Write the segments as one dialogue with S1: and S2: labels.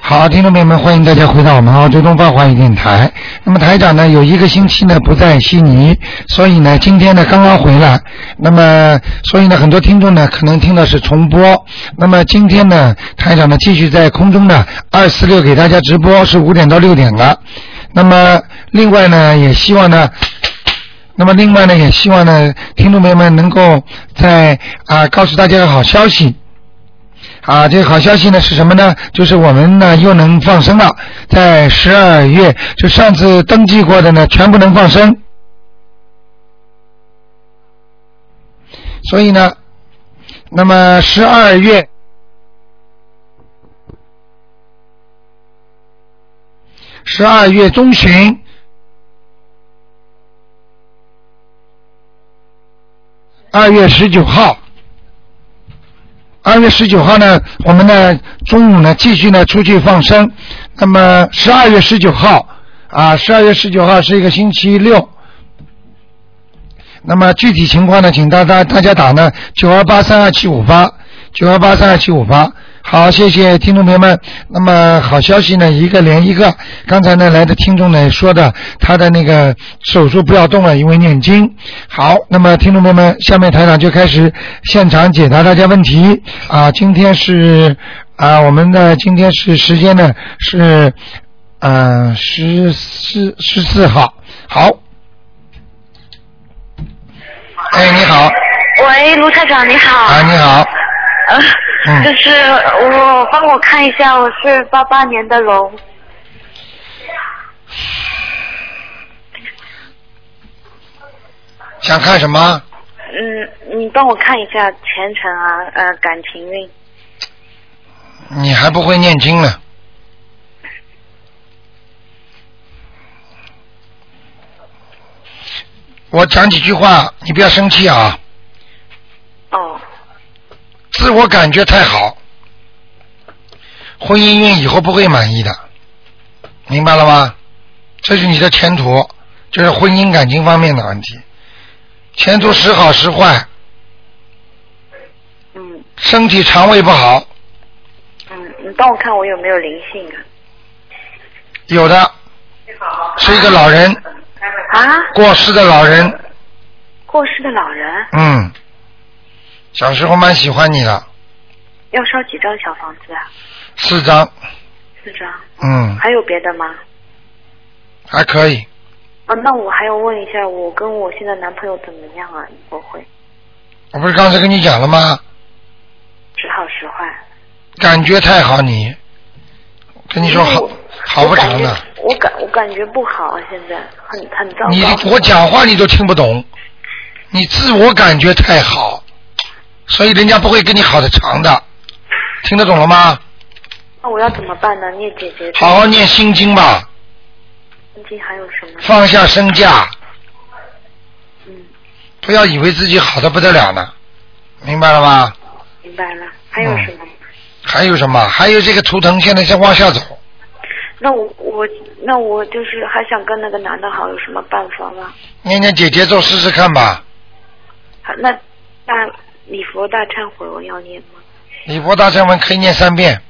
S1: 好，听众朋友们，欢迎大家回到我们澳洲东方华语电台。那么台长呢，有一个星期呢不在悉尼，所以呢今天呢刚刚回来。那么所以呢，很多听众呢可能听的是重播。那么今天呢，台长呢继续在空中呢二四六给大家直播，是五点到六点了。那么另外呢，也希望呢。那么另外呢，也希望呢，听众朋友们能够在啊、告诉大家个好消息。啊，这个好消息呢是什么呢？就是我们呢又能放生了，在十二月，就上次登记过的呢全部能放生。所以呢，那么十二月，十二月中旬，二月十九号。二月十九号呢，我们呢中午呢继续呢出去放生。那么十二月十九号啊，十二月十九号是一个星期六。那么具体情况呢，请大家大家打呢九二八三二七五八九二八三二七五八。好，谢谢听众朋友们。那么好消息呢，一个连一个。刚才呢来的听众呢说的，他的那个手术不要动了，因为念经。好，那么听众朋友们，下面台长就开始现场解答大家问题啊。今天是啊，我们的今天是时间呢是呃十四十四号。好，哎，你好
S2: 喂，卢台长你好。
S1: 啊，你好，
S2: 呃
S1: 嗯
S2: 就是我帮我看一下，我是八八年的龙，
S1: 想看什么？
S2: 嗯，你帮我看一下前程啊，呃，感情运，
S1: 你还不会念经呢。我讲几句话，你不要生气啊。
S2: 哦，
S1: 自我感觉太好，婚姻运以后不会满意的，明白了吗？这是你的前途，就是婚姻感情方面的问题。前途时好时坏，
S2: 嗯
S1: 身体肠胃不好，
S2: 嗯，你帮我看我有没有灵性啊？
S1: 有的是一个老人
S2: 啊，
S1: 过世的老人，
S2: 过世的老人
S1: 嗯，小时候蛮喜欢你的，
S2: 要烧几张小房子啊？
S1: 四张，
S2: 四张，
S1: 嗯，
S2: 还有别的吗？
S1: 还可以，
S2: 啊，那我还要问一下，我跟我现在男朋友怎么样啊？以后会
S1: 我不是刚才跟你讲了吗？
S2: 时好时坏？
S1: 感觉太好你，跟你说好
S2: 嗯
S1: 好不
S2: 我感
S1: 长
S2: 觉
S1: 的，
S2: 我感我感觉不好啊，现在很很糟糕。
S1: 你我讲话你都听不懂，你自我感觉太好，所以人家不会跟你好的长的，听得懂了吗？
S2: 那我要怎么办呢？念姐姐，
S1: 好好念心经吧，
S2: 心经还有什么？
S1: 放下身价，
S2: 嗯，
S1: 不要以为自己好的不得了呢，明白了吗？嗯
S2: 明白了。还有什么？
S1: 还有什么？还有这个图腾现在在往下走，
S2: 那我我那我就是还想跟那个男的好，有什么办法吗？
S1: 念念姐姐咒试试看吧。
S2: 好那那礼佛大忏悔我要念吗？
S1: 李博大忏文可以念三遍，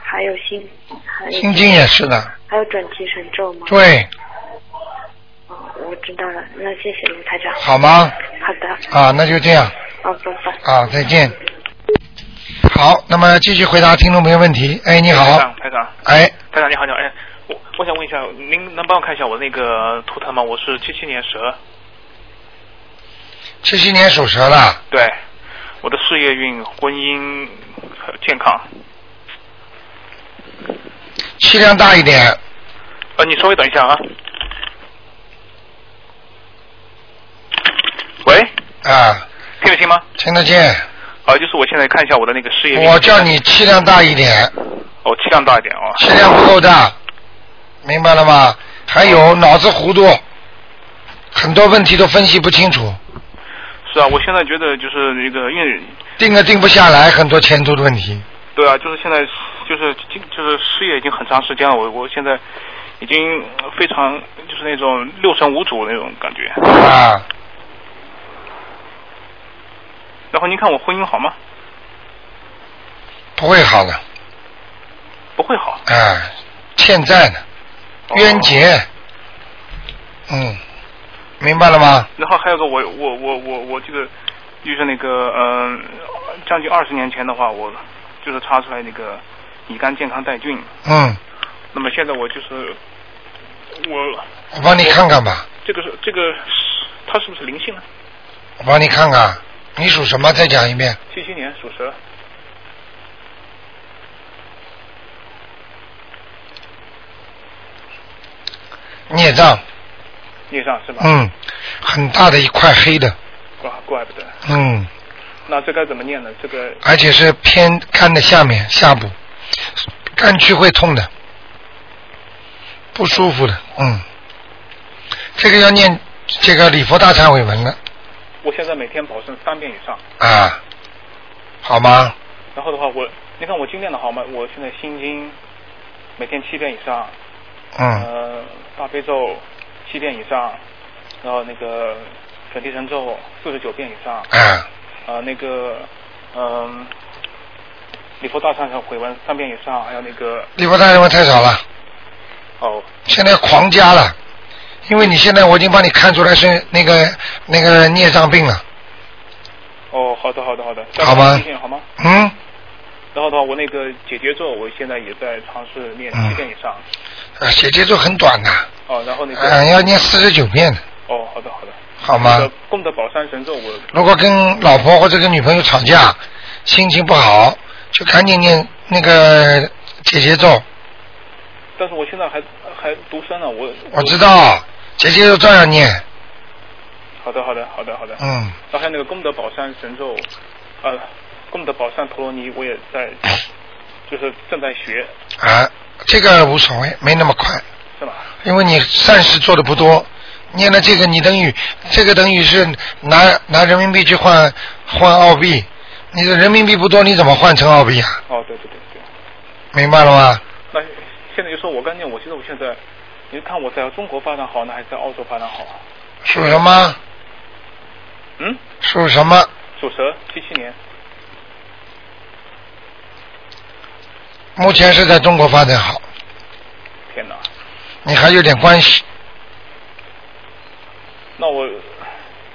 S2: 还有心，还有
S1: 心经也是的。
S2: 还有转提神咒吗？
S1: 对，
S2: 哦，我知道了。那谢谢卢台长。
S1: 好吗？
S2: 好的，
S1: 啊，那就这样
S2: 哦，拜拜。
S1: 啊，再见。好，那么继续回答听众朋友问题。哎，你
S3: 台
S1: 好
S3: 长，，台长，
S1: 哎，
S3: 台长你好，你好，哎，我我想问一下，您能帮我看一下我那个图腾吗？我是七七年蛇，
S1: 七七年属蛇的，
S3: 对，我的事业运、婚姻、呃健康，
S1: 气量大一点，
S3: 呃，你稍微等一下啊。喂，
S1: 啊，
S3: 听得清吗？
S1: 听得见。
S3: 啊，就是我现在看一下我的那个事业运。
S1: 我叫你气量大一点，
S3: 哦，气量大一点哦。
S1: 气量不够大，明白了吗？还有脑子糊涂，很多问题都分析不清楚，
S3: 是啊，我现在觉得就是那个运，
S1: 定也定不下来，很多前途的问题。
S3: 对啊，就是现在就是就是失业已经很长时间了，我我现在已经非常就是那种六神无主那种感觉。
S1: 啊，
S3: 然后您看我婚姻好吗？
S1: 不会好的。
S3: 不会好。
S1: 啊，欠债呢，
S3: 哦
S1: 冤结。嗯，明白了吗？
S3: 然后还有个我我我我我记得就是那个嗯、将近二十年前的话，我就是查出来那个乙肝健康带菌。
S1: 嗯，
S3: 那么现在我就是我
S1: 我帮你看看吧，
S3: 这个是这个是它是不是灵性呢？
S1: 我帮你看看，你属什么？再讲一遍。
S3: 七七年属蛇，
S1: 孽障，
S3: 孽障是吧？
S1: 嗯，很大的一块黑的，
S3: 怪怪不得。
S1: 嗯，
S3: 那这该怎么念呢？这个
S1: 而且是偏肝的下面下部，肝区会痛的，不舒服的，嗯，这个要念这个礼佛大忏悔文了
S3: 我现在每天保证三遍以上。
S1: 啊，好吗？
S3: 然后的话我，你看我经练的好吗？我现在心经每天七遍以上，
S1: 嗯
S3: 呃，大悲咒七遍以上，然后那个准提神咒四十九遍以上，
S1: 啊，
S3: 呃，那个嗯、礼佛大忏悔文三遍以上，还有那个
S1: 礼佛大忏悔文太少了，
S3: 哦
S1: 现在狂加了，因为你现在我已经帮你看出来是那个那个孽障病了，
S3: 哦，好的好的好的，再
S1: 好吧
S3: 提醒好吗？
S1: 嗯，
S3: 然后的话，我那个解结咒，我现在也在尝试念
S1: 嗯
S3: 七遍以上，
S1: 啊，写节奏很短的，
S3: 哦，然后那
S1: 嗯、
S3: 个、
S1: 要念四十九遍的，
S3: 哦，好的好的，
S1: 好吗？
S3: 那个功德宝山神咒我
S1: 如果跟老婆或者跟女朋友吵架，心情不好，就赶紧念那个解结咒。
S3: 但是我现在还还独身呢，我
S1: 我知道，解结咒照样念。
S3: 好的好的好的好的，然
S1: 嗯，
S3: 后还有那个功德宝山神咒，呃，功德宝山陀罗尼我也 在，就是正在学，
S1: 啊，这个无所谓，没那么快，
S3: 是吧？
S1: 因为你善事做的不多。念了这个，你等于这个等于是拿拿人民币去换换澳币，你的人民币不多，你怎么换成澳币啊？
S3: 哦，对对对对，
S1: 明白了吗？
S3: 那现在就说我刚念，我觉得我现在，你看我在中国发展好呢，还是在澳洲发展好啊？
S1: 属什么？
S3: 嗯，
S1: 属什么？
S3: 属蛇，七七年，
S1: 目前是在中国发展好，
S3: 天哪，
S1: 你还有点关系。
S3: 那我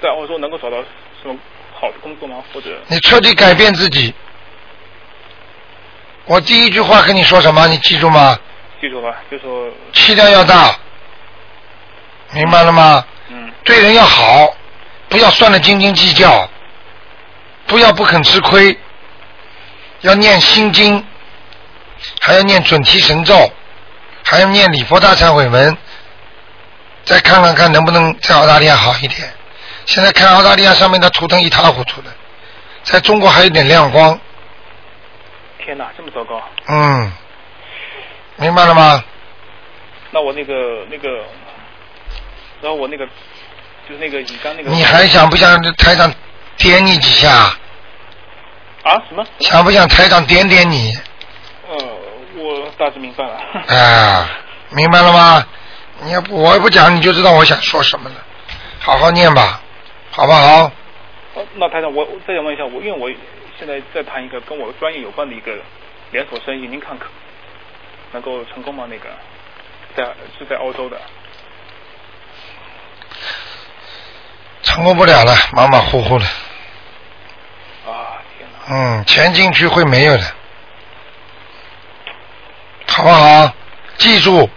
S3: 在澳洲能够找到什么好的工作吗？或者
S1: 你彻底改变自己。我第一句话跟你说什么？你记住吗？
S3: 记住吧，就说
S1: 气量要大，明白了吗？
S3: 嗯，
S1: 对人要好，不要算得斤斤计较，不要不肯吃亏，要念心经，还要念准提神咒，还要念礼佛大忏悔文，再看看看能不能在澳大利亚好一点。现在看澳大利亚上面的图腾一塌糊涂的，在中国还有点亮光，
S3: 天哪，这么糟糕。
S1: 嗯，明白了吗？
S3: 那我那个那个，然后我那个就是那个乙肝那个。
S1: 你还想不想台长点你几下？
S3: 啊什么？
S1: 想不想台长点点你？
S3: 呃，我大致明白了。
S1: 啊，明白了吗？你要不我不讲，你就知道我想说什么了。好好念吧，好不好？
S3: 哦那台长，我我再想问一下，我因为我现在在谈一个跟我专业有关的一个连锁生意，您看可能够成功吗？那个在是在澳洲的，
S1: 成功不了了，马马虎虎的。
S3: 啊天哪，
S1: 嗯，钱进去会没有的，好不好？记住，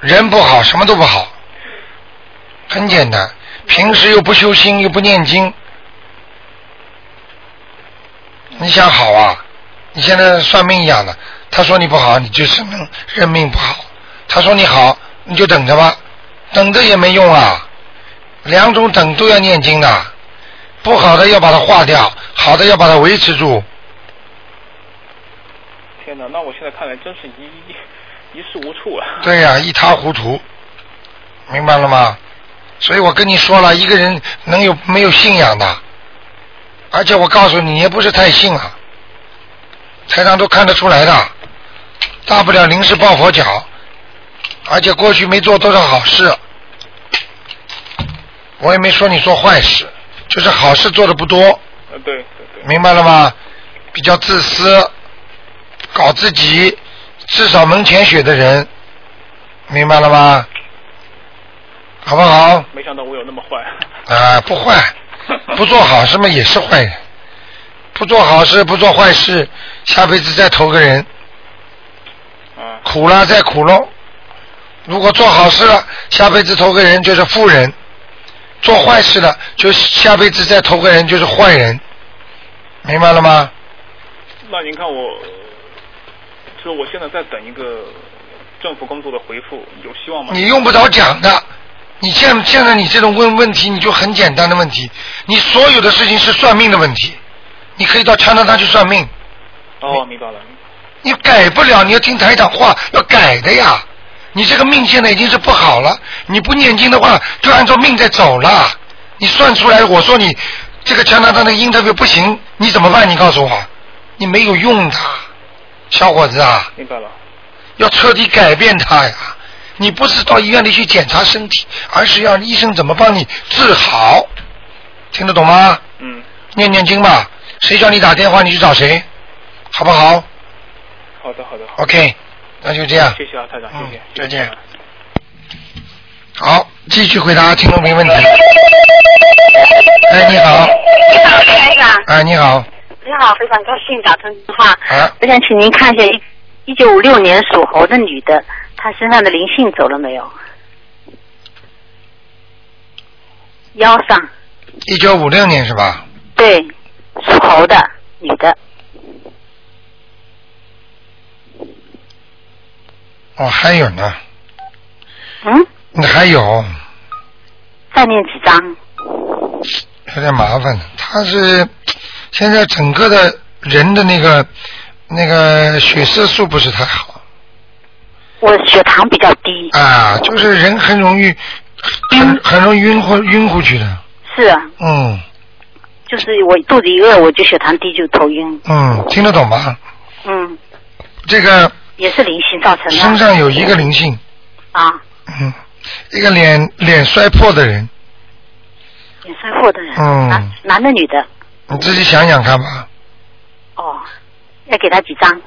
S1: 人不好，什么都不好，很简单。平时又不修心，又不念经，你想好啊？你现在算命一样的，他说你不好，你就是能认命不好；他说你好，你就等着吧，等着也没用啊。两种等都要念经的。不好的要把它化掉，好的要把它维持住。
S3: 天哪，那我现在看来真是一一事无处啊。
S1: 对呀、一塌糊涂，明白了吗？所以我跟你说了，一个人能有没有信仰的？而且我告诉你，你也不是太信啊，台上都看得出来的，大不了临时抱佛脚，而且过去没做多少好事，我也没说你做坏事，就是好事做的不多，
S3: 呃，对对对，
S1: 明白了吗？比较自私，搞自己，至少门前雪的人，明白了吗？好不好？
S3: 没想到我有那么坏。
S1: 啊，不坏，不做好事嘛也是坏人，不做好事不做坏事，下辈子再投个人，
S3: 啊，
S1: 苦了再苦喽。如果做好事了，下辈子投个人就是富人；做坏事了，就下辈子再投个人就是坏人，明白了吗？
S3: 那您看我，就是我现在在等一个政府工作的回复，有希望吗？
S1: 你用不着讲的。你现现在你这种问问题，你就很简单的问题，你所有的事情是算命的问题，你可以到加拿大去算命，
S3: 哦，明白了。
S1: 你改不了，你要听台长话，要改的呀。你这个命现在已经是不好了，你不念经的话，就按照命在走了。你算出来，我说你这个加拿大那个 interview 不行，你怎么办？你告诉我，你没有用的，小伙子啊。
S3: 明白了，
S1: 要彻底改变它呀！你不是到医院里去检查身体，而是要医生怎么帮你治好，听得懂吗？
S3: 嗯，
S1: 念念经吧，谁叫你打电话你去找谁，好不好
S3: 好的，好的，好的，
S1: ？OK，那就这样。
S3: 谢谢啊，台长，谢谢
S1: 嗯，再见好，继续回答听众朋友问题。哎，你好，
S2: 你好，台长。
S1: 哎，你好，
S2: 你好，非常高兴打通电话。
S1: 啊，
S2: 我想请您看一下一一九五六年属猴的女的，她身上的灵性走了没有？腰上，
S1: 一九五六年是吧？
S2: 对，属猴的女的，
S1: 哦，还有呢，
S2: 嗯，
S1: 那还有，
S2: 再念几张？
S1: 有点麻烦的。他是现在整个的人的那个那个血色素不是太好
S2: 我血糖比较低，
S1: 啊，就是人很容易很很容易晕乎晕乎去的。
S2: 是啊，
S1: 嗯
S2: 就是我肚子一饿我就血糖低就头晕，
S1: 嗯，听得懂吗？
S2: 嗯，
S1: 这个
S2: 也是灵性造成的。
S1: 身上有一个灵性，
S2: 啊，
S1: 嗯，一个脸脸摔破的人，
S2: 也摔破的人，
S1: 嗯
S2: 男男的女的，
S1: 你自己想想看吧。
S2: 哦，要给她几张？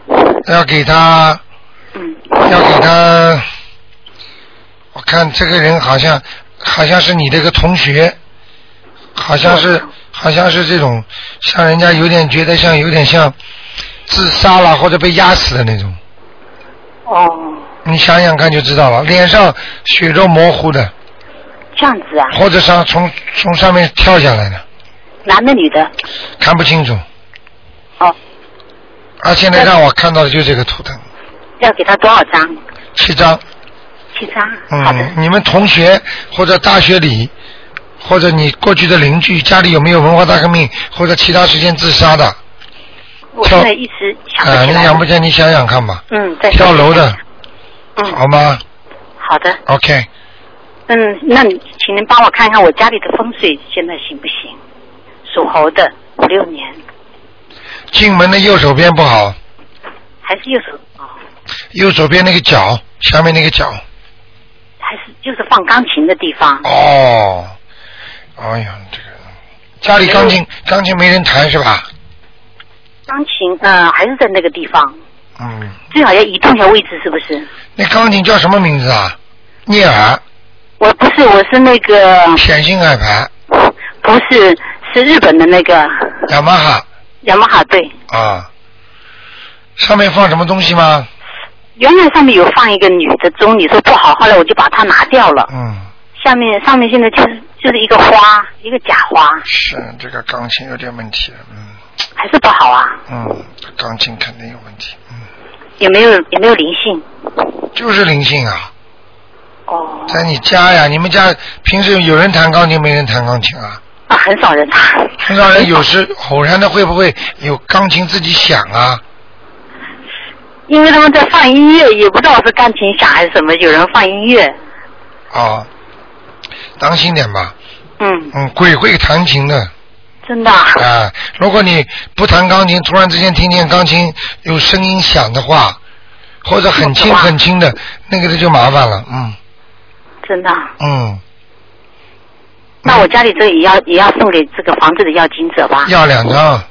S1: 要给他
S2: 嗯，
S1: 要给他，我看这个人好像好像是你的一个同学，好像是好像是这种，像人家有点觉得像有点像自杀了或者被压死的那种，
S2: 哦，
S1: 你想想看就知道了，脸上血肉模糊的，
S2: 这样子啊，
S1: 或者上从从上面跳下来的，
S2: 男的女的？
S1: 看不清楚。
S2: 哦，
S1: 啊，现在让我看到的就这个图腾，
S2: 要给他多少张？
S1: 七张。
S2: 七张。好的
S1: 嗯，，你们同学或者大学里，或者你过去的邻居家里有没有文化大革命或者其他时间自杀的？啊、
S2: 我
S1: 跳
S2: 现在一直想不
S1: 呃，
S2: 起
S1: 你
S2: 来。
S1: 想不起来，你想想看吧。
S2: 嗯，对。
S1: 跳楼的，
S2: 嗯，
S1: 好吗
S2: 好的。
S1: ？OK，
S2: 嗯，那你请您帮我看看我家里的风水现在行不行？属猴的，五六年，
S1: 进门的右手边不好，
S2: 还是右手哦，
S1: 右手边那个脚下面那个脚，
S2: 还是就是放钢琴的地方。
S1: 哦，哎呀，这个家里钢
S2: 嗯
S1: 琴钢琴没人弹是吧？
S2: 钢琴，嗯、还是在那个地方，
S1: 嗯，
S2: 最好要移动一下位置，是不是？
S1: 那钢琴叫什么名字啊？聂耳，
S2: 我不是，我是那个，
S1: 显性耳盘，
S2: 不是，是日本的那个
S1: 雅马哈
S2: 雅马哈对。
S1: 啊。上面放什么东西吗？
S2: 原来上面有放一个女的钟，你说不好，后来我就把它拿掉了。
S1: 嗯，
S2: 下面上面现在就是就是一个花，一个假花，
S1: 是这个钢琴有点问题了，嗯
S2: 还是不好啊，
S1: 嗯，钢琴肯定有问题，嗯，
S2: 也没有也没有灵性。
S1: 就是灵性啊，
S2: 哦，
S1: 在你家呀，你们家平时有人弹钢琴，没人弹钢琴 啊？
S2: 啊，很少人打。
S1: 很少人有时偶然的会不会有钢琴自己响啊？
S2: 因为他们在放音乐，也不知道是钢琴响还是什么，有人放音乐。
S1: 啊，当心点吧，
S2: 嗯，
S1: 嗯，鬼会弹琴的
S2: 真的啊。
S1: 啊。如果你不弹钢琴，突然之间听见钢琴有声音响的话，或者很轻
S4: 啊
S1: 很轻的，那个就麻烦了，嗯
S2: 真的啊。
S1: 嗯。
S2: 那我家里这个也要也要送给这个房子的要经者吧？
S1: 要两
S4: 啊
S1: 张，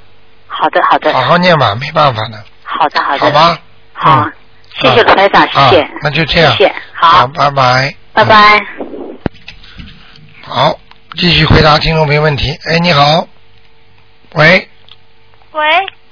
S2: 好的，好的，
S1: 好好念吧，没办法的，
S2: 好的，好的。
S1: 好吧？
S2: 好
S1: 嗯，
S4: 谢谢卢台长，谢谢
S1: 啊，，那就这样，
S4: 谢谢，好，
S1: 拜拜，嗯
S4: 拜拜。
S1: 好，继续回答听众没问题。哎，你好，喂，
S5: 喂，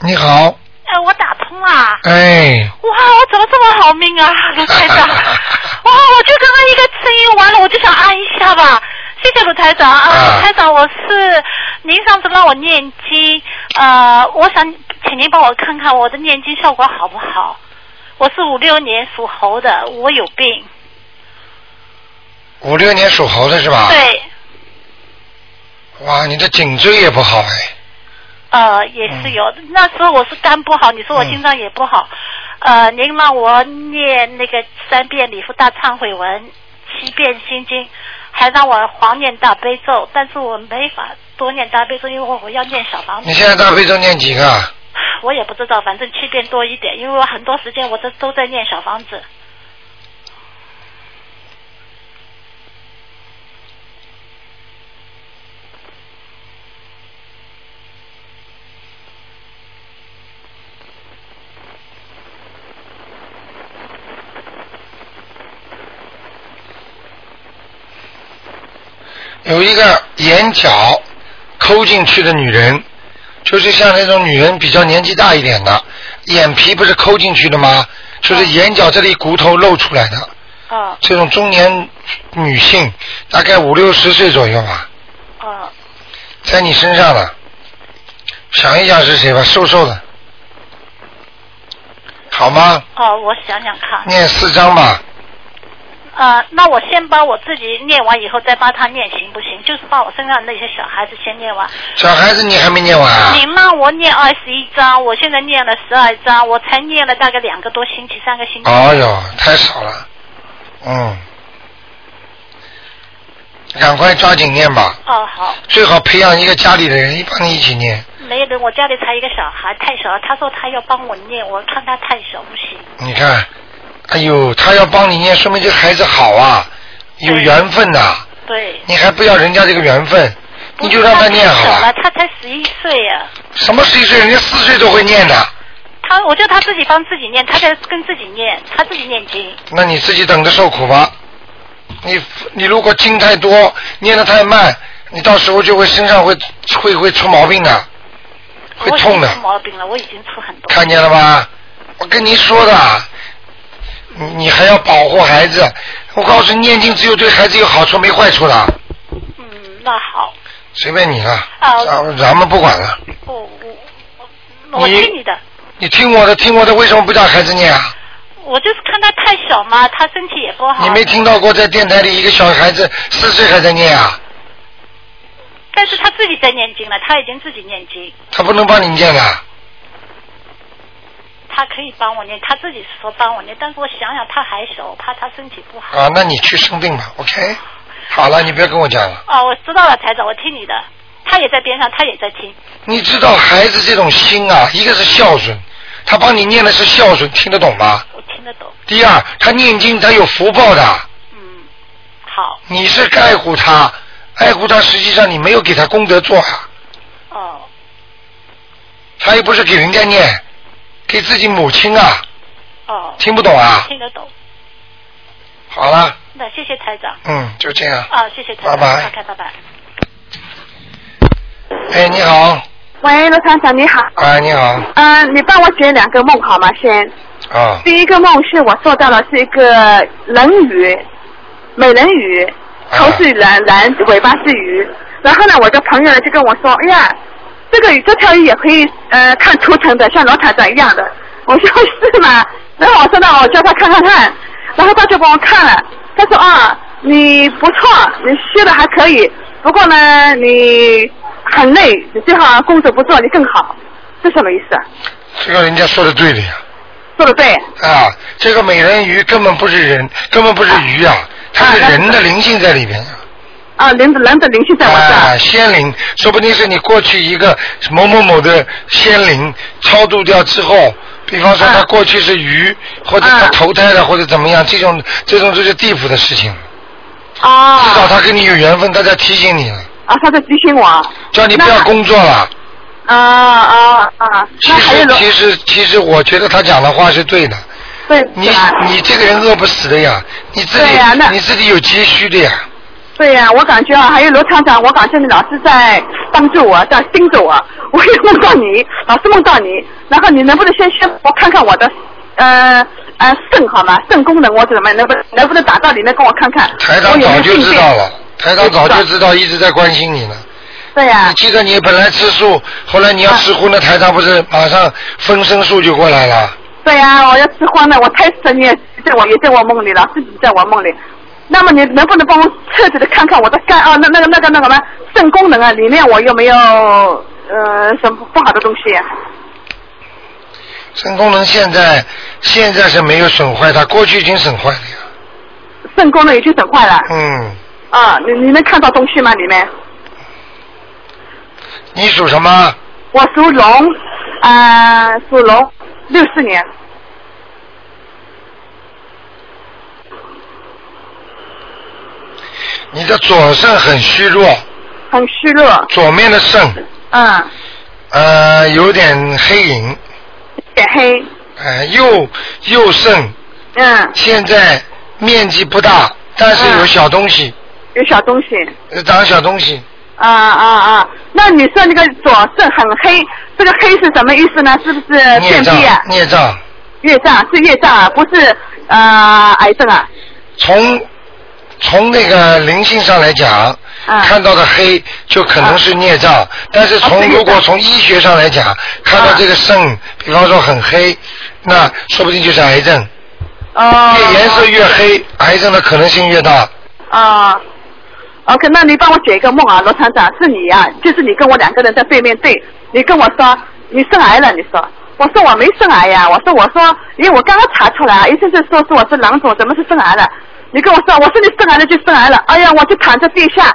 S1: 你好，
S5: 哎，我打通啦！
S1: 哎，
S5: 哇，我怎么这么好命啊，卢台 长！哇，我就刚刚一个声音完了，我就想按一下吧。谢谢卢台长啊，
S1: 啊
S5: 卢台长，我是您上次让我念经，呃，我想请您帮我看看我的念经效果好不好？我是五六年属猴的，我有病。
S1: 五六年属猴的是吧？。
S5: 对，
S1: 哇，你的颈椎也不好哎，
S5: 呃，也
S1: 嗯
S5: 是有。那时候我是肝不好，你说我心脏也不好。呃，您让我念那个三遍礼佛大忏悔文，七遍心经，还让我狂念大悲咒，但是我没法多念大悲咒，因为我要念小房子
S1: 你。现在大悲咒念几个啊？
S5: 我也不知道，反正七遍多一点，因为我很多时间我都都在念小房子。
S1: 有一个眼角抠进去的女人，就是像那种女人比较年纪大一点的，眼皮不是抠进去的吗？就是眼角这里骨头露出来的，
S5: 啊、
S1: 这种中年女性，大概五六十岁左右吧，
S5: 啊、
S1: 在你身上了。想一想是谁吧，瘦瘦的，好吗？
S5: 哦，我想想看。
S1: 念四张吧，
S5: 呃，那我先把我自己念完以后，再帮他念行不行？就是把我身上那些小孩子先念完。
S1: 小孩子你还没念完啊？
S5: 你让我念二十一章，我现在念了十二章，我才念了大概两个多星期、三个星期。
S1: 哎呦，太少了，嗯，赶快抓紧念吧，
S5: 哦，好，
S1: 最好培养一个家里的人帮你一起念，
S5: 没人，我家里才一个小孩，太小了。他说他要帮我念，我看他太小不行。
S1: 你看，哎呦，他要帮你念，说明这个孩子好啊，有
S5: 对
S1: 缘分呐、
S5: 对，
S1: 你还不要人家这个缘分，你就让
S5: 他
S1: 念好
S5: 太小
S1: 了
S5: 了，。他才十一岁呀、
S1: 什么十一岁，人家四岁都会念的，
S5: 他，我叫他自己帮自己念，他在跟自己念，他自己念经。
S1: 那你自己等着受苦吧。你你如果经太多，念得太慢，你到时候就会身上会会会出毛病的，会
S5: 我已
S1: 痛
S5: 经
S1: 的。
S5: 出毛病了，我已经出很多。
S1: 看见了吧？我跟你说的，你你还要保护孩子。我告诉你，念经只有对孩子有好处，没坏处的。
S5: 嗯，那好，
S1: 随便你了，
S5: 啊
S1: 咱咱们不管了。
S5: 我我我我
S1: 你
S5: 听你的。
S1: 你听我的，听我的，为什么不叫孩子念啊？
S5: 我就是看他太小嘛，他身体也不好。
S1: 你没听到过在电台里一个小孩子四岁还在念啊？
S5: 但是他自己在念经了，他已经自己念经，
S1: 他不能帮你念的，
S5: 他可以帮我念，他自己说帮我念，但是我想想他还小，我怕他身体不好。
S1: 啊，那你去生病吧，OK？好了，你不要跟我讲了。
S5: 哦，我知道了，台长，我听你的。他也在边上，他也在听。
S1: 你知道孩子这种心啊，一个是孝顺，他帮你念的是孝顺，听得懂吗？
S5: 我听得懂。
S1: 第二，他念经他有福报的。
S5: 嗯，好，
S1: 你是爱护他，爱护他，实际上你没有给他功德做啊，
S5: 哦，
S1: 他又不是给人家念，给自己母亲啊，
S5: 哦，
S1: 听不懂啊？
S5: 听得懂。
S1: 好了，
S5: 那谢谢台长。
S1: 嗯，就这样。
S5: 啊，谢谢台长。
S1: 拜拜
S5: OK，拜拜。
S1: 哎，你好，
S6: 喂，罗厂长你好，
S1: 哎，你好，
S6: 嗯、你帮我解两个梦好吗？先，
S1: 啊，
S6: 第一个梦是我做到了是一个人鱼，美人鱼，头是蓝蓝，尾巴是鱼。然后呢，我的朋友呢就跟我说，哎呀，这个鱼这条鱼也可以呃看图腾的，像罗厂长一样的。我说是吗？然后我说那我叫他看看看，然后他就帮我看了，他说啊，你不错，你学的还可以，不过呢你很累，你最好工作不做你更好，这什么意思啊？
S1: 这个人家说的对的呀，
S6: 说的对。
S1: 啊，这个美人鱼根本不是人，根本不是鱼啊，它是人的灵性在里边啊，
S6: 啊，人的人的灵性在我这
S1: 啊，
S6: 儿。
S1: 仙灵，说不定是你过去一个某某某的仙灵超度掉之后，比方说他
S6: 啊
S1: 过去是鱼，或者他
S6: 啊
S1: 投胎了，或者怎么样，这种这种就是地府的事情，
S6: 哦
S1: 至少他跟你有缘分，他在提醒你了，
S6: 啊，他在提醒我。
S1: 叫你不要
S6: 那
S1: 工作了。
S6: 啊啊啊！啊
S1: 其
S6: 那还有
S1: 实
S6: 罗
S1: 其实其实，我觉得他讲的话是对的，
S6: 对
S1: 你
S6: 吧？
S1: 你这个人饿不死的呀，你自己
S6: 对呀那
S1: 你自己有急需的呀。
S6: 对呀、我感觉啊，还有罗厂长，我感觉你老是在帮助我，在盯着我。 我也梦到你，老是梦到你。然后你能不能先先我看看我的，呃呃肾好吗？肾功能我怎么能不能不能达到？你能给我看看？
S1: 台
S6: 我
S1: 长
S6: 有没
S1: 早
S6: 有
S1: 就
S6: 病
S1: 知
S6: 变
S1: 道了，台长早就
S6: 我
S1: 知道，一直在关心你呢。
S6: 对呀、
S1: 你记得你本来吃素，后来你
S6: 啊
S1: 要吃荤的，台长不是马上分身术就过来了？
S6: 对呀、我要吃荤了，我太神也在我也在我梦里了，自己在我梦里。那么你能不能帮我彻底的看看我的肝啊，那那个那个那个什么肾功能啊，里面我有没有呃什么不好的东西、啊？
S1: 肾功能现在现在是没有损坏它，过去已经损坏了呀。
S6: 肾功能已经损坏了
S1: 嗯，
S6: 啊，你你能看到东西吗？里面
S1: 你属什么？
S6: 我属龙，啊、属龙，六四年，
S1: 你的左肾很虚弱，
S6: 很虚弱，
S1: 左面的肾
S6: 嗯，
S1: 呃有点黑影，
S6: 有点黑，
S1: 呃右右肾
S6: 嗯，
S1: 现在面积不大，但是有小东西，
S6: 有小东西，
S1: 呃长小东西。
S6: 啊啊啊！那你说那个左肾很黑，这个黑是什么意思呢？是不是
S1: 孽
S6: 便
S1: 障
S6: 秘啊，？
S1: 孽障，
S6: 业障是业障啊，不是呃癌症啊。
S1: 从从那个灵性上来讲，
S6: 啊
S1: 看到的黑就可能是孽障，但是
S6: 啊是
S1: 从
S6: 孽障嗯
S1: 如果从医学上来讲，看到这个肾，比方说很黑，那说不定就是癌症。
S6: 哦。
S1: 越颜色越黑，癌症的可能性越大。
S6: 啊。OK，那你帮我解一个梦啊，罗厂长，是你啊，就是你跟我两个人在对面对，你跟我说你生癌了，你说，我说我没生癌呀、我说我说，因为我刚刚查出来啊，医生是说是我是囊肿，怎么是生癌了？你跟我说，我说你生癌了就生癌了，哎呀，我就躺在地下，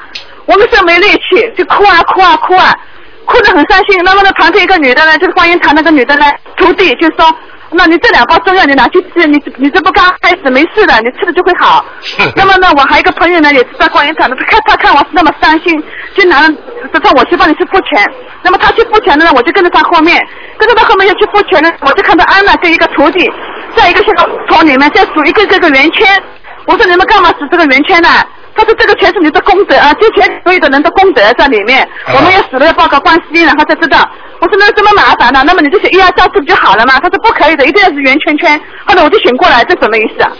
S6: 我那时候没力气，就哭啊哭啊哭啊，哭得很伤心。那么呢，旁边一个女的呢，就是观音堂那个女的呢，徒弟就说。那你这两包中药你拿去吃，你你这不刚开始没事的，你吃了就会好。那么呢，我还有一个朋友呢，也是在观音堂的，他看他看我是那么伤心，就拿了他说我去帮你去付钱。那么他去付钱呢，我就跟着他后面，跟着他后面要去付钱呢，我就看到安娜跟一个徒弟，在一个小桶里面在数一个个个圆圈。我说你们干嘛数这个圆圈呢、他说这个全是你的功德啊，这全所有的人的功德在里面，
S1: 啊
S6: 我们要死了要报告观世音，然后才知道。我说那这么麻烦呢、那么你就写一二三四不就好了嘛？他说不可以的，一定要是圆圈圈。后来我就醒过来，这什么意思啊？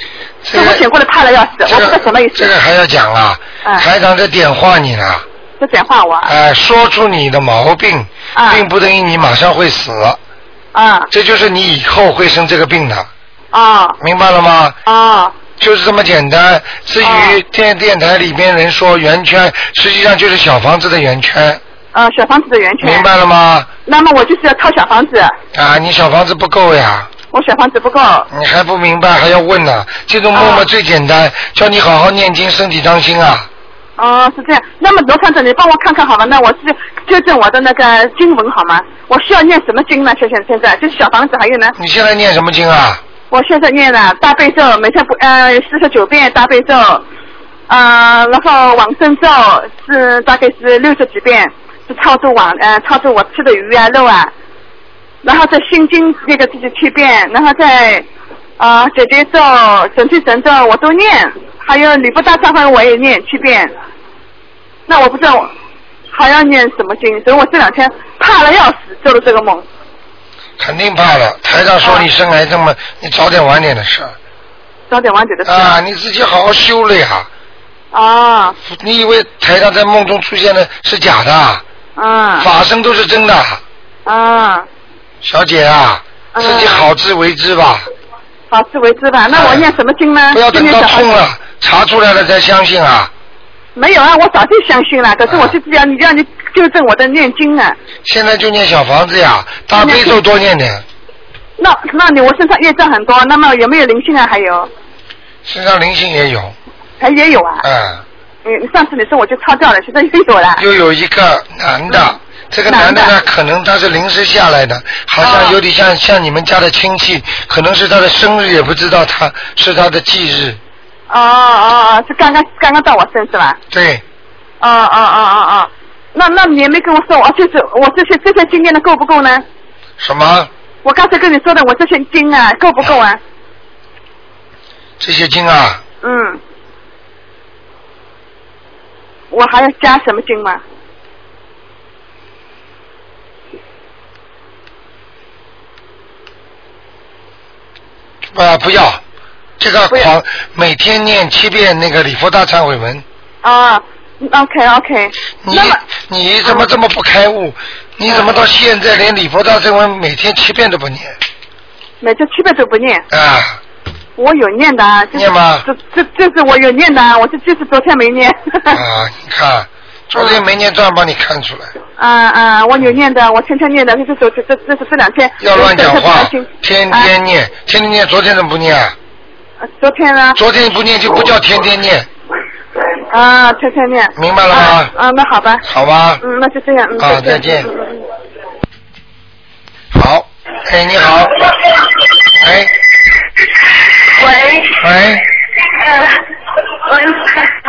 S1: 这
S6: 我醒
S1: 个
S6: 过来怕的要死，
S1: 这
S6: 我不知道什么意
S1: 个
S6: 思。
S1: 这个还要讲啊，
S6: 嗯
S1: 台长在点化你呢，
S6: 这讲话我啊
S1: 哎、说出你的毛病，
S6: 啊
S1: 并不等于你马上会死，
S6: 啊
S1: 这就是你以后会生这个病的，
S6: 啊
S1: 明白了吗？
S6: 啊
S1: 就是这么简单。至于
S6: 哦
S1: 电电台里边人说圆圈，实际上就是小房子的圆圈，
S6: 啊！小房子的圆圈。
S1: 明白了吗？
S6: 那么我就是要掏小房子，
S1: 啊，你小房子不够呀，
S6: 我小房子不够。
S1: 你还不明白还要问呢、这种默默
S6: 哦
S1: 最简单，叫你好好念经，身体当心啊。
S6: 哦，是这样。那么罗厂长，你帮我看看好吗？那我是纠正我的那个经文好吗？我需要念什么经呢？现现现在就是小房子，还有呢，
S1: 你现在念什么经啊？
S6: 我现在念了大悲咒，每天不呃四十九遍大悲咒，呃，然后往生咒是大概是六十几遍，是超度往呃超度我吃的鱼啊肉啊，然后在心经那个自己七遍，然后在呃姐姐咒、准提神咒我都念，还有礼佛大忏悔我也念七遍。那我不知道我还要念什么经，所以我这两天怕的要死，做了这个梦。
S1: 肯定怕了。台上说你生癌症嘛，你早点晚点的事儿
S6: 早点晚点的事。
S1: 啊，你自己好好修了呀。
S6: 啊，
S1: 你以为台上在梦中出现的是假的啊，
S6: 嗯。
S1: 法身都是真的，
S6: 啊，
S1: 小姐啊，
S6: 嗯
S1: 自己好自为之吧。
S6: 好自为之吧。那我念什么经呢？
S1: 哎不要等
S6: 今
S1: 到
S6: 天早
S1: 痛
S6: 上
S1: 了查出来了再相信啊！
S6: 没有啊，我早就相信了，可是我就是要你让你纠正我的念经啊。
S1: 现在就念小房子呀，大悲咒多念点，
S6: 那那你我身上业障很多，那么有没有灵性啊？还有，
S1: 身上灵性也有，
S6: 还也有啊。
S1: 嗯，
S6: 嗯，上次你说我就超掉了，现在又有了。
S1: 又有一个男的
S6: 嗯，
S1: 这个男的
S6: 男
S1: 呢
S6: 的，
S1: 可能他是临时下来的，好像
S6: 哦
S1: 有点像像你们家的亲戚，可能是他的生日，也不知道他是他的忌日，
S6: 哦哦哦，是刚刚刚刚到我身是吧？
S1: 对，
S6: 哦哦哦哦哦。那那你也没跟我说，我哦就是我这些这些经验的够不够呢？
S1: 什么？哎
S6: 我刚才跟你说的，我这些经啊够不够啊？
S1: 这些经啊，
S6: 嗯。我还要加什么经吗？
S1: 啊不要，这个
S6: 不要
S1: 狂每天念七遍那个礼佛大忏悔文，
S6: 啊，OK OK，
S1: 你
S6: 那么啊
S1: 你怎么这么不开悟？你怎么到现在连礼佛大忏悔文每天七遍都不念
S6: 每次七百都不念，
S1: 啊？
S6: 我有念的啊，就是
S1: 念吗
S6: 这这这是我有念的啊，我这就是昨天没念。
S1: 啊，你看，昨天没念账帮你看出来，
S6: 啊啊，我有念的，我天天念的，就是这这这这是这两天。
S1: 要乱讲话
S6: 我真的不开心，
S1: 天
S6: 啊
S1: 天念，天天念，昨天怎么不念啊？
S6: 啊昨天呢？
S1: 昨天不念就不叫天天念，
S6: 啊，天天念。
S1: 明白了吗
S6: 啊？啊，那好吧，
S1: 好吧？
S6: 嗯，那就这样，嗯，
S1: 啊再见
S6: 嗯嗯嗯
S1: 好，哎，你好，哎，
S2: 喂，
S1: 喂，
S2: 呃，我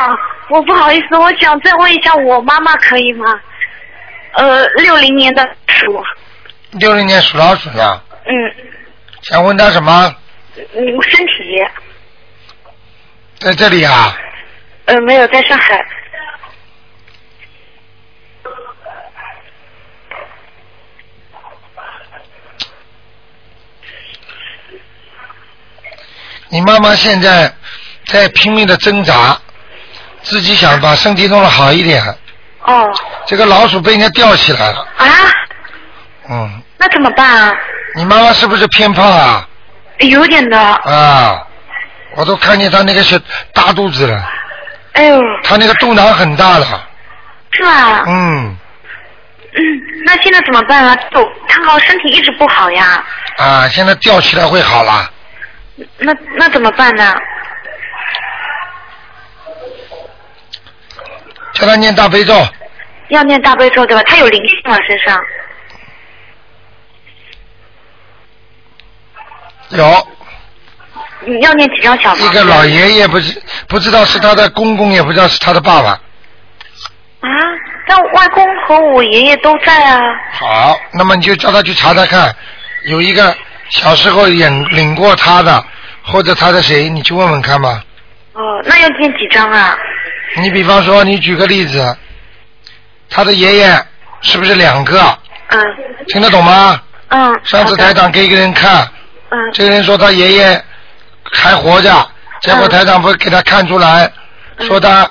S2: 好， 我不好意思，我想再问一下我妈妈可以吗？呃，六零年的鼠，
S1: 六零年属老鼠的，
S2: 嗯
S1: 想问他什么？
S2: 嗯，身体，
S1: 在这里啊，
S2: 呃，没有在上海，
S1: 你妈妈现在在拼命的挣扎，自己想把身体弄得好一点。
S2: 哦
S1: 这个老鼠被人家吊起来了，
S2: 啊，
S1: 嗯，
S2: 那怎么办啊？
S1: 你妈妈是不是偏胖啊？
S2: 有点的，
S1: 啊，我都看见她那个小大肚子了，
S2: 哎呦，
S1: 她那个肚腩很大了，
S2: 是吧？
S1: 嗯，
S2: 嗯，那现在怎么办啊？走，她好像身体一直不好呀，
S1: 啊，现在吊起来会好了，
S2: 那那怎么办呢？
S1: 叫她念大悲咒，
S2: 要念大悲咒对吧？她有灵性了身上，
S1: 有
S2: 你要念几张小
S1: 一
S2: 房子？
S1: 个老爷爷不是不知道是他的公公，也不知道是他的爸爸。
S2: 啊，但外公和我爷爷都在啊。
S1: 好，那么你就叫他去查查看，有一个小时候领领过他的，或者他的谁，你去问问看吧。
S2: 哦，那要念几张啊？
S1: 你比方说，你举个例子，他的爷爷是不是两个？
S2: 嗯
S1: 听得懂吗？
S2: 嗯。
S1: 上次
S2: 好的
S1: 台长给一个人看，
S2: 嗯
S1: 这个人说他爷爷还活着，结果
S2: 嗯
S1: 台长不是给他看出来，说他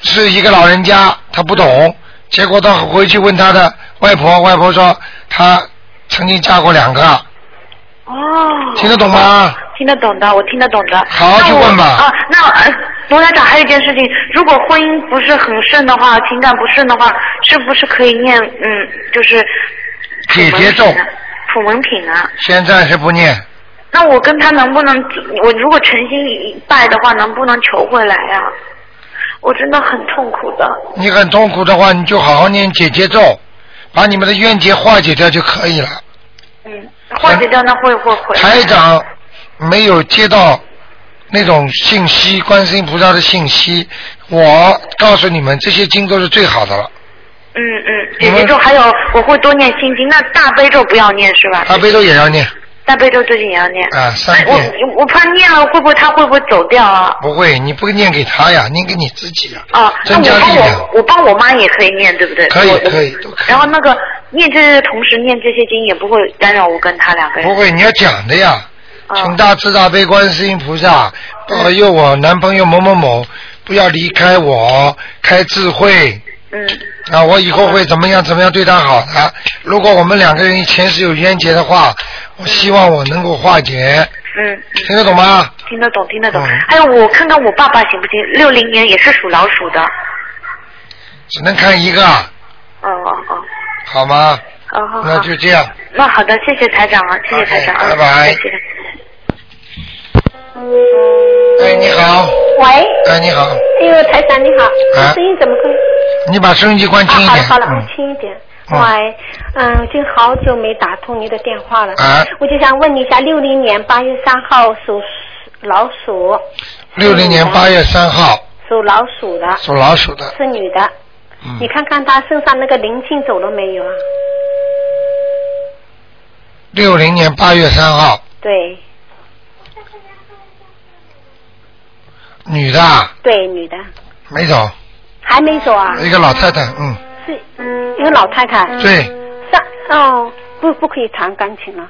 S1: 是一个老人家，他不懂。结果他回去问他的外婆，外婆说他曾经嫁过两个，
S2: 哦，
S1: 听得懂吗？
S2: 听得懂的，我听得懂的。
S1: 好
S2: 那
S1: 就
S2: 我
S1: 问吧
S2: 啊，那呃，罗台长还有一件事情，如果婚姻不是很顺的话，情感不顺的话，是不是可以念嗯，就是普
S1: 姐
S2: 门
S1: 姐
S2: 品
S1: 咒
S2: 啊普门品啊？
S1: 先暂时不念，
S2: 那我跟他能不能，我如果诚心一拜的话，能不能求回来呀、我真的很痛苦的。
S1: 你很痛苦的话，你就好好念姐姐咒，把你们的冤结化解掉就可以了。
S2: 嗯，化解掉那会不会回来？
S1: 台长没有接到那种信息，观世音菩萨的信息，我告诉你们，这些经都是最好的了。
S2: 嗯嗯，姐姐咒还有我会多念心经，那大悲咒不要念是吧？
S1: 大悲咒也要念
S2: 大悲咒最近也要念。
S1: 啊，三
S2: 哎
S1: 遍。
S2: 我我怕念了会不会他会不会走掉啊？
S1: 不会，你不念给他呀，念给你自己呀，
S2: 啊，那
S1: 增加
S2: 我帮
S1: 力量
S2: 我。我帮我妈也可以念，对不对？
S1: 可以
S2: 我
S1: 可以都可以
S2: 然后那个念这些同时念这些经也不会干扰我跟他两个 人。
S1: 不会，你要讲的呀。
S2: 啊
S1: 请大慈大悲观世音菩萨
S2: 嗯
S1: 保佑我男朋友某某某不要离开我，开智慧
S2: 嗯
S1: 啊！我以后会怎么样怎么样对他好的。如果我们两个人前世有冤结的话，我希望我能够化解，
S2: 嗯，
S1: 听得懂吗？
S2: 听得懂听得懂
S1: 嗯。
S2: 还有我看看我爸爸行不行？六零年也是属老鼠的。
S1: 只能看一个，
S2: 哦哦哦
S1: 好吗？
S2: 哦好。
S1: 那
S2: 好
S1: 就这样。
S2: 那好的，谢谢台长啊，谢谢台长啊，
S1: 拜拜
S2: 谢谢。
S1: 哎，你好，
S7: 喂，
S1: 哎，你好，
S7: 哎呦，台长你好，
S1: 啊
S7: 这声音怎么可以？
S1: 你把收音机关
S7: 啊，
S1: 轻一
S7: 好
S1: 点。
S7: 了好了，
S1: 嗯
S7: 我轻一点。
S1: 嗯
S7: 喂，嗯，已经好久没打通你的电话了。
S1: 啊
S7: 我就想问你一下，六零年八月三号属老鼠，
S1: 六零年八月三号，
S7: 属老鼠的，
S1: 属老鼠的，
S7: 是女的。
S1: 嗯
S7: 你，看看她身上那个灵性走了没有啊？
S1: 六零年八月三号，
S7: 对，
S1: 女的啊
S7: 对，女的，
S1: 没走，
S7: 还没走啊？
S1: 一个老太太，嗯，
S7: 是嗯，一个老太太。
S1: 对，
S7: 上哦，不不可以弹钢琴了。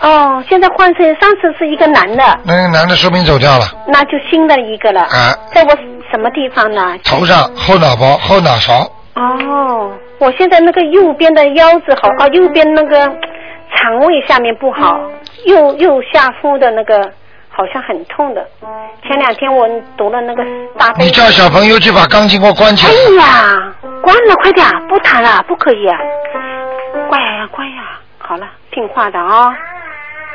S7: 哦，现在换成上次是一个男的，
S1: 那个男的说明走掉了，
S7: 那就新的一个了。
S1: 啊，
S7: 在我什么地方呢？
S1: 头上后脑包后脑勺，
S7: 哦，我现在那个右边的腰子好，哦，右边那个肠胃下面不好，右右下腹的那个好像很痛的。前两天我读了那个大悲。
S1: 你叫小朋友去把钢琴给我关起来
S7: 哎，呀，关了，快点，不弹了，不可以啊！乖呀、乖呀、好了，听话的啊、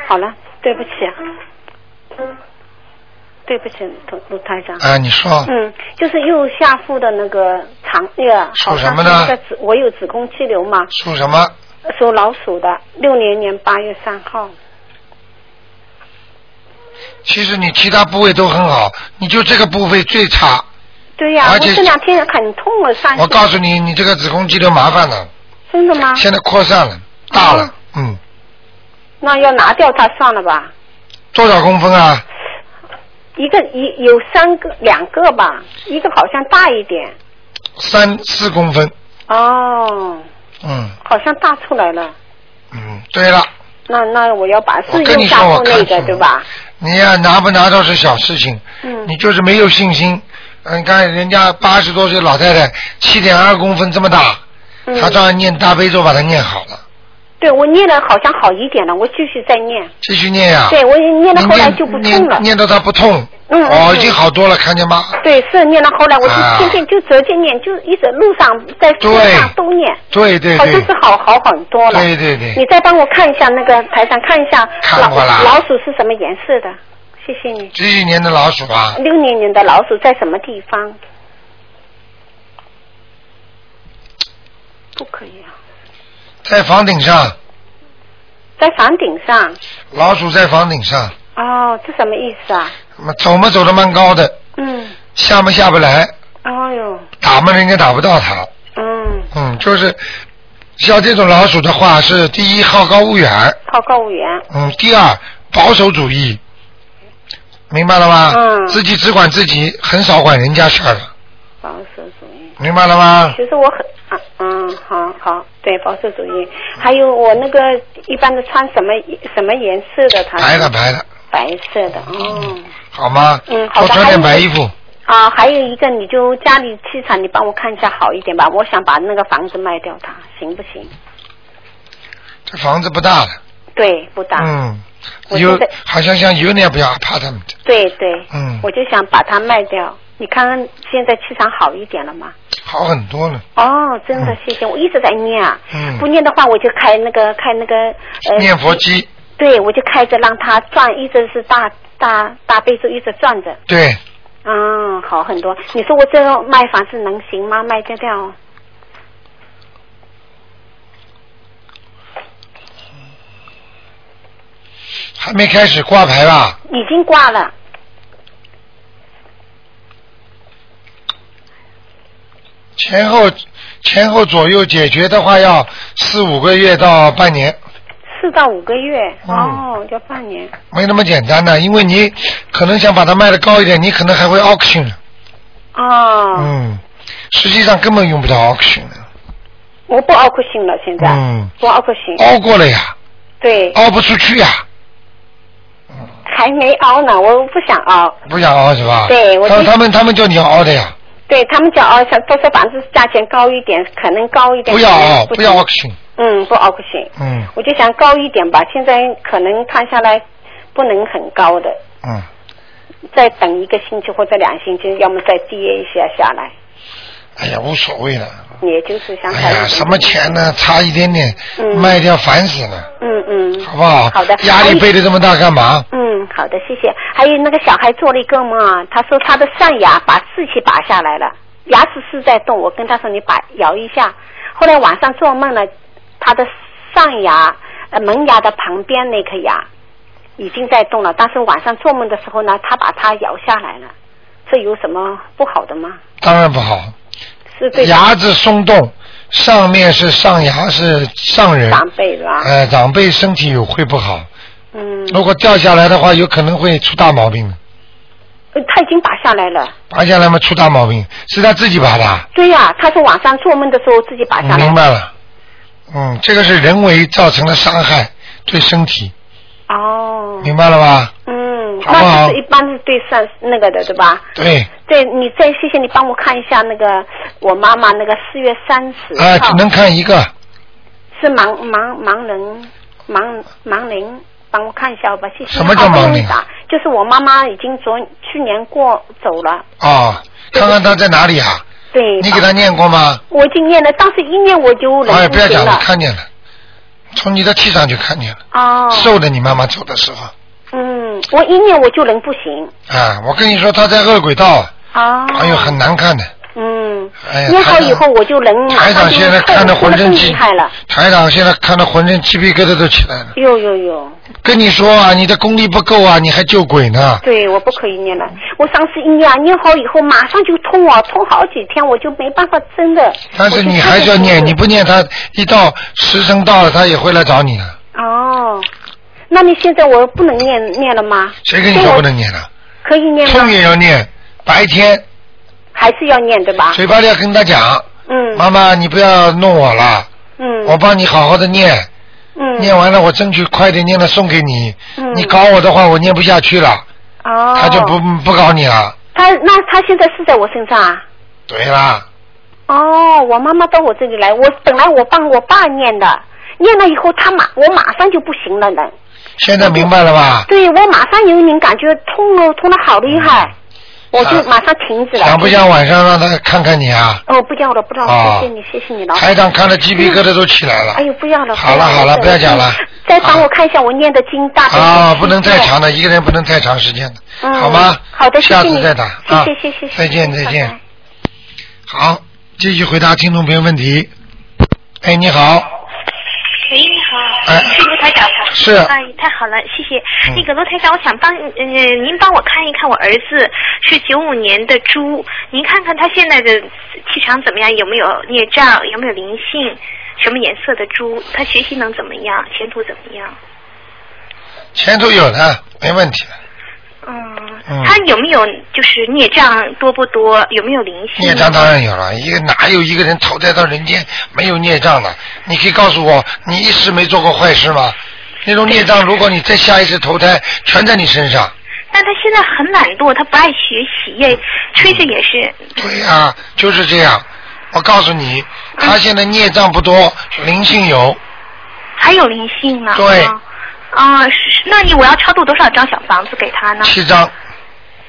S7: 好了，对不起，啊对不起，卢卢台长。
S1: 啊，你说，
S7: 嗯，就是右下腹的那个肠那个，好
S1: 属什
S7: 像
S1: 么
S7: 是
S1: 呢
S7: 那个子我有子宫肌瘤嘛，
S1: 属什么？
S7: 属老鼠的，六零年八月三号。
S1: 其实你其他部位都很好，你就这个部位最差。
S7: 对呀、
S1: 而
S7: 我
S1: 且
S7: 这两天很痛了，上
S1: 我告
S7: 诉
S1: 诉你，你这个子宫肌瘤麻烦了，
S7: 真的吗？
S1: 现在扩散了，大了，嗯，
S7: 那要拿掉它算了吧，
S1: 多少公分啊？
S7: 一个一有三个两个吧，一个好像大一点，
S1: 三四公分，
S7: 哦，
S1: 嗯
S7: 好像大出来了。
S1: 嗯，对了，
S7: 那那我要把是
S1: 我跟
S7: 右
S1: 你
S7: 下
S1: 说我
S7: 腹那
S1: 看出
S7: 个
S1: 来
S7: 对吧？
S1: 你呀、拿不拿到是小事情，
S7: 嗯
S1: 你就是没有信心。嗯，你看人家八十多岁老太太，七点二公分这么大，
S7: 嗯，
S1: 她照样念大悲咒把它念好了，
S7: 对我念了好像好一点了，我继续再念。
S1: 继续念呀、啊
S7: 对我念了
S1: 你
S7: 后来就不痛
S1: 念
S7: 了
S1: 念。念到它不痛，
S7: 嗯嗯
S1: 哦，
S7: 嗯
S1: 已经好多了，看见吗？
S7: 对，是念了后来我就
S1: 啊
S7: 天天就折着念，就一直路上在车上
S1: 对
S7: 都念，
S1: 对对
S7: 好像
S1: 对，
S7: 是好好很多了。
S1: 对对对
S7: 你再帮我看一下那个台上看一下
S1: 看
S7: 老
S1: 过了
S7: 老鼠是什么颜色的？谢谢你。
S1: 几几年的老鼠啊？
S7: 六零年的老鼠在什么地方？不可以啊，
S1: 在房顶上，
S7: 在房顶上。
S1: 老鼠在房顶上，
S7: 哦，这什么意思啊？
S1: 那么走嘛走的蛮高的，
S7: 嗯，
S1: 下嘛下不来，
S7: 哎呦，
S1: 打嘛人家打不到它。
S7: 嗯，
S1: 嗯，就是像这种老鼠的话，是第一好高骛远，
S7: 靠购物员。
S1: 嗯，第二保守主义，明白了吗？
S7: 嗯
S1: 自己只管自己，很少管人家事儿了，
S7: 保守主义。
S1: 明白了吗？
S7: 其实我很啊嗯，好好，对保守主义。还有我那个一般的穿什么什么颜色的？他
S1: 白的白的，
S7: 白色的哦。
S1: 好吗？
S7: 嗯好
S1: 多
S7: 的
S1: 穿点
S7: 还
S1: 白
S7: 有
S1: 衣服。
S7: 啊，还有一个，你就家里气场，你帮我看一下好一点吧。我想把那个房子卖掉它，行不行？
S1: 这房子不大的，
S7: 对，不大。
S1: 嗯，
S7: 我
S1: 有
S7: 现在
S1: 好像像有点不要怕他们的，
S7: 对对。
S1: 嗯
S7: 我就想把它卖掉。你看看现在气场好一点了吗？
S1: 好很多了。
S7: 哦，真的
S1: 嗯，
S7: 谢谢，我一直在念啊。
S1: 嗯
S7: 不念的话，我就开那个开那个呃。
S1: 念佛机，
S7: 对，我就开着让它转，一直是大大大悲咒一直转着。
S1: 对，
S7: 嗯，好很多。你说我这个卖房子能行吗？卖得掉？
S1: 还没开始挂牌吧？
S7: 已经挂了。
S1: 前后前后左右解决的话，要四五个月到半年，
S7: 四到五个月，
S1: 嗯
S7: 哦，要半年，
S1: 没那么简单的，因为你可能想把它卖的高一点，你可能还会 auction 呢
S7: 哦，
S1: 嗯，实际上根本用不着 auction 的，
S7: 我不凹克行了，现在、
S1: 嗯
S7: 不凹克行，
S1: 凹过了呀，
S7: 对，
S1: 凹不出去呀，
S7: 还没凹呢，我不想凹，
S1: 不想凹是吧？
S7: 对我
S1: 他
S7: 就
S1: 他们他们叫你凹的呀，
S7: 对他们讲凹，想都说房子价钱高一点，可能高一点，
S1: 不要凹，
S7: 可能
S1: 不要
S7: 行，
S1: auction，
S7: 嗯，不凹克行，
S1: 嗯
S7: 我就想高一点吧，现在可能看下来不能很高的，
S1: 嗯，
S7: 再等一个星期或者两星期，要么再跌一下下来，
S1: 哎呀，无所谓了。
S7: 也就是想
S1: 哎
S7: 改
S1: 呀，
S7: 一点
S1: 什么钱呢？差一点点，
S7: 嗯
S1: 卖掉烦死了，
S7: 嗯嗯，
S1: 好不好？
S7: 好的，
S1: 哦压
S7: 还有
S1: 力背的这么大干嘛？
S7: 嗯，好的，谢谢。还有那个小孩做了一个梦啊，他说他的上牙把智齿拔下来了，牙齿是在动，我跟他说你把摇一下。后来晚上做梦呢，他的上牙呃门牙的旁边那颗牙已经在动了，但是晚上做梦的时候呢，他把它摇下来了，这有什么不好的吗？
S1: 当然不好，
S7: 是对
S1: 牙子松动，上面是上牙是上人，
S7: 长辈是吧？
S1: 呃，长辈身体有会不好，
S7: 嗯，
S1: 如果掉下来的话，有可能会出大毛病的。
S7: 呃他已经拔下来了。
S1: 拔下来嘛出大毛病，是他自己拔的啊。
S7: 对呀、他说晚上做梦的时候自己拔下
S1: 我
S7: 来。
S1: 明白了，嗯，这个是人为造成的伤害对身体，
S7: 哦，
S1: 明白了吧？
S7: 嗯，
S1: 好不好
S7: 那就是一般是对上那个的，对吧？
S1: 对，
S7: 对，你再谢谢你帮我看一下那个我妈妈那个四月三十
S1: 啊，
S7: 号
S1: 只能看一个，
S7: 是盲盲盲人盲盲人，帮我看一下吧，谢谢。
S1: 什么叫盲人
S7: 啊？就是我妈妈已经昨去年过走了，
S1: 哦，看看他在哪里啊？
S7: 对。
S1: 你给他念过吗？
S7: 我已经念了，当时一念我就忍
S1: 哎，
S7: 不
S1: 不要
S7: 行
S1: 讲
S7: 了啊
S1: 了，。看见了，从你的气场就看见了，
S7: 哦，
S1: 瘦的你妈妈走的时候
S7: 嗯，我一念我就人不行。
S1: 啊，我跟你说他在恶鬼道，
S7: 哦。
S1: 哎呦，很难看的，
S7: 嗯，
S1: 哎呀，
S7: 念
S1: 台
S7: 好以
S1: 长
S7: 后我就人
S1: 台长现在看得浑身
S7: 更
S1: 鸡
S7: 厉害了。
S1: 台长现在看的浑身鸡皮疙瘩都起来了。
S7: 哟哟哟，
S1: 跟你说啊，你的功力不够啊，你还救鬼呢。
S7: 对，我不可以念了。我上次一念啊，念好以后马上就痛啊，痛好几天，我就没办法，真的。
S1: 但是你还是要念，你不念他一到时辰到了，他也会来找你的。
S7: 哦，那你现在我不能念念了吗？
S1: 谁跟你
S7: 所以
S1: 说
S7: 我
S1: 不能念了？
S7: 可以念吗
S1: 痛？也要念，白天
S7: 还是要念对吧？
S1: 嘴巴里要跟他讲，
S7: 嗯
S1: 妈妈你不要弄我了，
S7: 嗯
S1: 我帮你好好的念，
S7: 嗯
S1: 念完了我争取快点念了送给你。
S7: 嗯
S1: 你搞我的话，我念不下去了，
S7: 哦，
S1: 他就不不搞你了。
S7: 他那他现在是在我身上啊？
S1: 对啦，
S7: 哦，我妈妈到我这里来，我本来我帮我爸念的，念了以后他马我马上就不行了呢。
S1: 现在明白了吧？
S7: 对我马上有敏感，觉得痛了，痛的好厉害，我就
S1: 啊
S7: 马上停止了。
S1: 想不想晚上让他看看你啊？
S7: 哦，不要了，不要
S1: 啊
S7: 了，谢谢你，谢谢你了。
S1: 台长看了鸡皮疙瘩都起来了。
S7: 哎呦，不要了。嗯
S1: 好了好了不要讲了
S7: 再帮我看一下我念的经大悲咒
S1: 啊，不能太长了，一个人不能太长时间的，
S7: 嗯
S1: 好吗？
S7: 好的，谢
S1: 下
S7: 谢你
S1: 次再打啊，
S7: 谢谢谢谢谢谢。
S1: 再见再
S7: 拜
S1: 见
S7: 拜。
S1: 好，继续回答听众朋友问题。哎，你好，
S8: 喂，你好，
S1: 哎
S8: 是卢台长吗？
S1: 是嗯
S8: 哎，太好了，谢谢。那个卢台长，我想帮呃您帮我看一看我儿子是九五年的猪，您看看他现在的气场怎么样，有没有孽障，有没有灵性，什么颜色的猪，他学习能怎么样，前途怎么样？
S1: 前途有的，没问题的。
S8: 嗯，
S1: 嗯
S8: 他有没有就是孽障多不多，有没有灵性？
S1: 孽障当然有了，一个哪有一个人投胎到人间没有孽障的？你可以告诉我，你一时没做过坏事吗？那种孽障，如果你再下一次投胎，全在你身上。
S8: 但他现在很懒惰，他不爱学习，
S1: 嗯
S8: 也吹着也是。
S1: 对呀、就是这样。我告诉你，他现在孽障不多，灵性有。
S8: 还有灵性呢。
S1: 对
S8: 啊、啊是是那你我要超度多少张小房子给他呢？
S1: 七张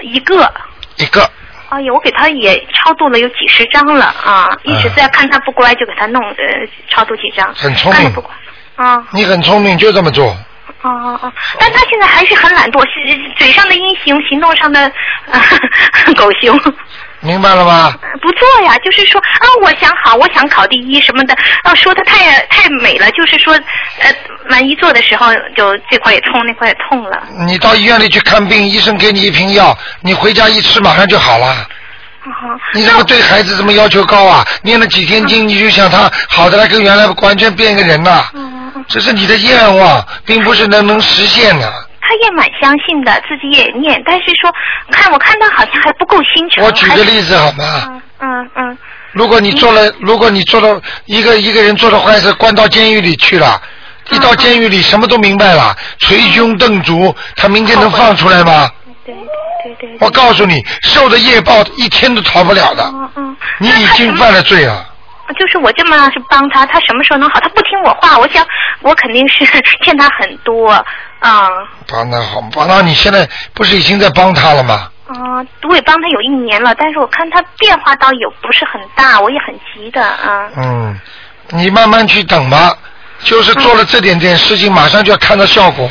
S8: 一个。
S1: 一个，
S8: 哎呀，我给他也超度了有几十张了啊，一直在看他不乖，就给他弄呃超度几张。
S1: 嗯很聪
S8: 看他
S1: 明
S8: 不，乖。啊
S1: 你很聪明，就这么做。
S8: 哦哦哦！但他现在还是很懒惰，是嘴上的英雄，行动上的、 呃、狗熊。呃
S1: 明白了吗？
S8: 不错呀，就是说啊，我想好，我想考第一什么的，啊，说的太太美了，就是说，呃，万一做的时候就这块也痛，那块也痛了。
S1: 你到医院里去看病，医生给你一瓶药，你回家一吃马上就好了。
S8: 啊，
S1: 你怎么对孩子这么要求高啊？念了几天经，你就想他好的来跟原来完全变一个人呐、
S8: 嗯，
S1: 这是你的愿望，并不是能能实现的。
S8: 他也蛮相信的，自己也念，但是说看我看他好像还不够心诚。
S1: 我举
S8: 还
S1: 个
S8: 是
S1: 例子好吗？
S8: 嗯嗯嗯，
S1: 如果你做了，如果你做了一个一个人做的坏事，关到监狱里去了，
S8: 嗯
S1: 一到监狱里什么都明白了，捶胸顿足，他明天能放出来吗？
S8: 嗯对对对对。
S1: 我告诉你，受的业报一天都逃不了的。
S8: 嗯嗯，
S1: 你
S8: 那
S1: 已
S8: 他什
S1: 经
S8: 么
S1: 犯了罪了。
S8: 嗯就是我这么是帮他，他什么时候能好？他不听我话，我想我肯定是欠他很多啊。
S1: 帮他好，帮他，你现在不是已经在帮他了吗？
S8: 啊、我也帮他有一年了，但是我看他变化倒有不是很大，我也很急的啊。
S1: 嗯，你慢慢去等吧。就是做了这点点事情，马上就要看到效果。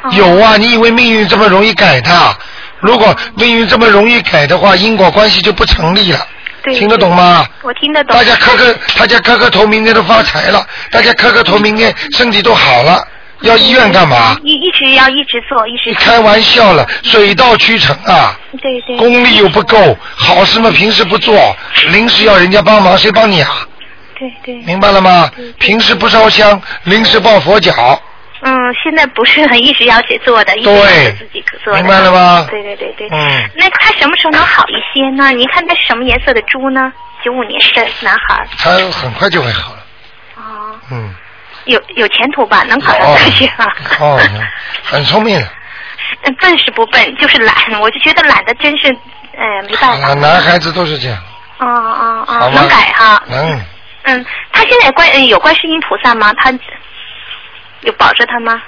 S8: 哦
S1: 有啊，你以为命运这么容易改的？如果命运这么容易改的话，因果关系就不成立了。
S8: 对
S1: 听得懂吗？
S8: 我听得懂。
S1: 大家磕磕，大家磕磕头，明天都发财了；大家磕磕头，明天身体都好了。要医院干嘛？
S2: 嗯
S8: 一一直要一直做，一直
S1: 你开玩笑了，水到渠成啊！
S8: 对对。
S1: 功力又不够，好事嘛平时不做，临时要人家帮忙，谁帮你啊？
S8: 对对
S1: 明白了吗？平时不烧香，临时抱佛脚，
S8: 嗯，现在不是很一直要写做的，一直
S1: 对
S8: 要是自己做的。
S1: 明白了吧
S8: 对对对对。
S1: 嗯，
S8: 那他什么时候能好一些呢？您看他是什么颜色的猪呢？九五年的男孩，
S1: 他很快就会好了。哦。嗯，
S8: 有有前途吧？能考上大学啊？
S1: 哦， 很聪明的。
S8: 嗯笨是不笨，就是懒。我就觉得懒的真是，哎，没办
S1: 啊，
S8: 法。
S1: 男孩子都是这样，
S8: 哦哦
S1: 好
S8: 哦，
S1: 吗
S8: 能改哈、
S1: 能
S8: 嗯，他现在观嗯有观世音菩萨吗？他有保着他吗？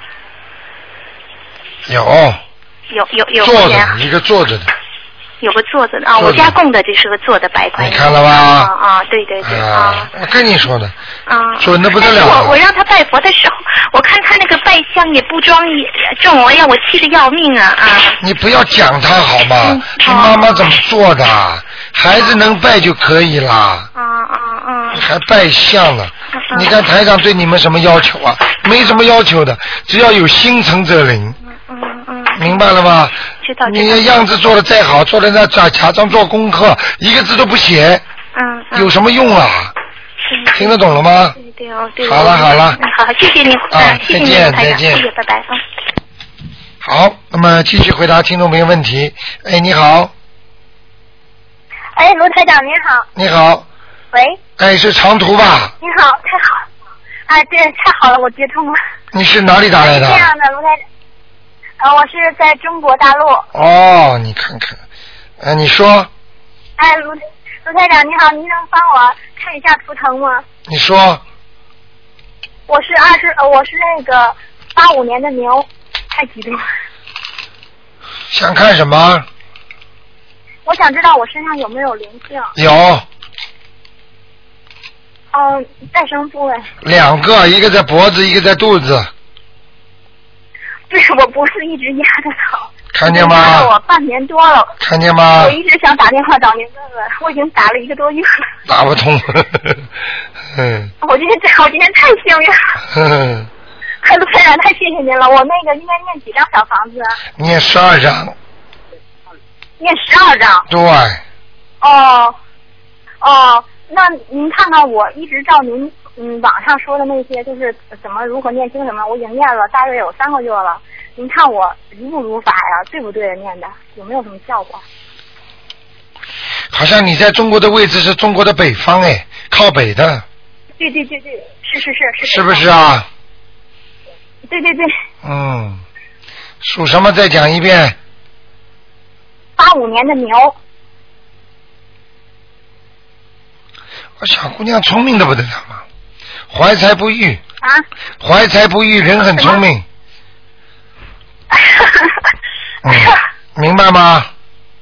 S1: 有
S8: 有有有
S1: 坐着
S8: 呀
S1: 的一个坐着的，
S8: 有个坐着的啊，
S1: 坐着
S8: 我家供的这是个坐的白观音。
S1: 你看了吧
S8: 啊啊，对对对
S1: 啊，我跟你说的，
S8: 啊。
S1: 准的不得了
S8: 但是我我让他拜佛的时候，我看他那个拜相也不庄重，我让我气得要命啊啊！
S1: 你不要讲他好吗？是妈妈怎么做的，孩子能拜就可以啦。啊啊啊！还拜相呢？你看台长对你们什么要求啊？没什么要求的，只要有心诚则灵。嗯明白了吗？
S8: 知道。
S1: 你的样子做的再好，坐在那假假装做功课，一个字都不写，
S8: 嗯，
S1: 有什么用啊？听得懂了吗？
S8: 对对哦，对。
S1: 好了好了
S8: 嗯，好，谢谢您，
S1: 啊
S8: 嗯谢谢您，
S1: 再见
S8: 台
S1: 再
S8: 长，
S1: 见
S8: 谢谢，拜拜啊。
S1: 好，那么继续回答听众朋友问题。哎，你好，
S2: 哎，卢台长您好，
S1: 你好，
S2: 喂，
S1: 哎，是长途吧？
S2: 您好，太好了，啊，对，太好了，我接通了。
S1: 你是哪里打来的？
S2: 是这样的，卢台长，呃，我是在中国大陆。
S1: 哦，你看看，哎，你说，
S2: 哎，卢卢台长您好，您能帮我看一下图腾吗？
S1: 你说，
S2: 我是二十，呃，我是那个八五年的牛，太激动了。
S1: 想看什么？
S2: 我想知道我身上有没有灵性？
S1: 有
S2: 嗯、在什么部位？
S1: 两个，一个在脖子，一个在肚子，
S2: 对，我不是一直压着疼，
S1: 看见
S2: 压了
S1: 吗？
S2: 我半年多了。
S1: 看见吗
S2: 我？一直想打电话找您问问，我已经打了一个多月了。
S1: 打不通， 嗯
S2: 我今天真，我今天太幸运了，
S1: 呵呵，
S2: 卢台长太谢谢您了。我那个应该念几张小房子啊？
S1: 念十二章，
S2: 念十二张。
S1: 对，
S2: 哦，哦，那您看看，我一直照您嗯网上说的那些，就是怎么如何念经什么，我已经念了大约有三个月了。您看我如不如法呀？对不对？啊念的有没有什么效果？
S1: 好像你在中国的位置是中国的北方，哎，靠北的，
S2: 对对对对，是是是是。
S1: 是不是？啊？
S2: 对对对，
S1: 嗯，属什么？再讲一遍，
S2: 八五年的牛，
S1: 小姑娘聪明的不得了嘛，怀才不遇
S2: 啊，
S1: 怀才不遇，人很聪明，嗯，明白吗？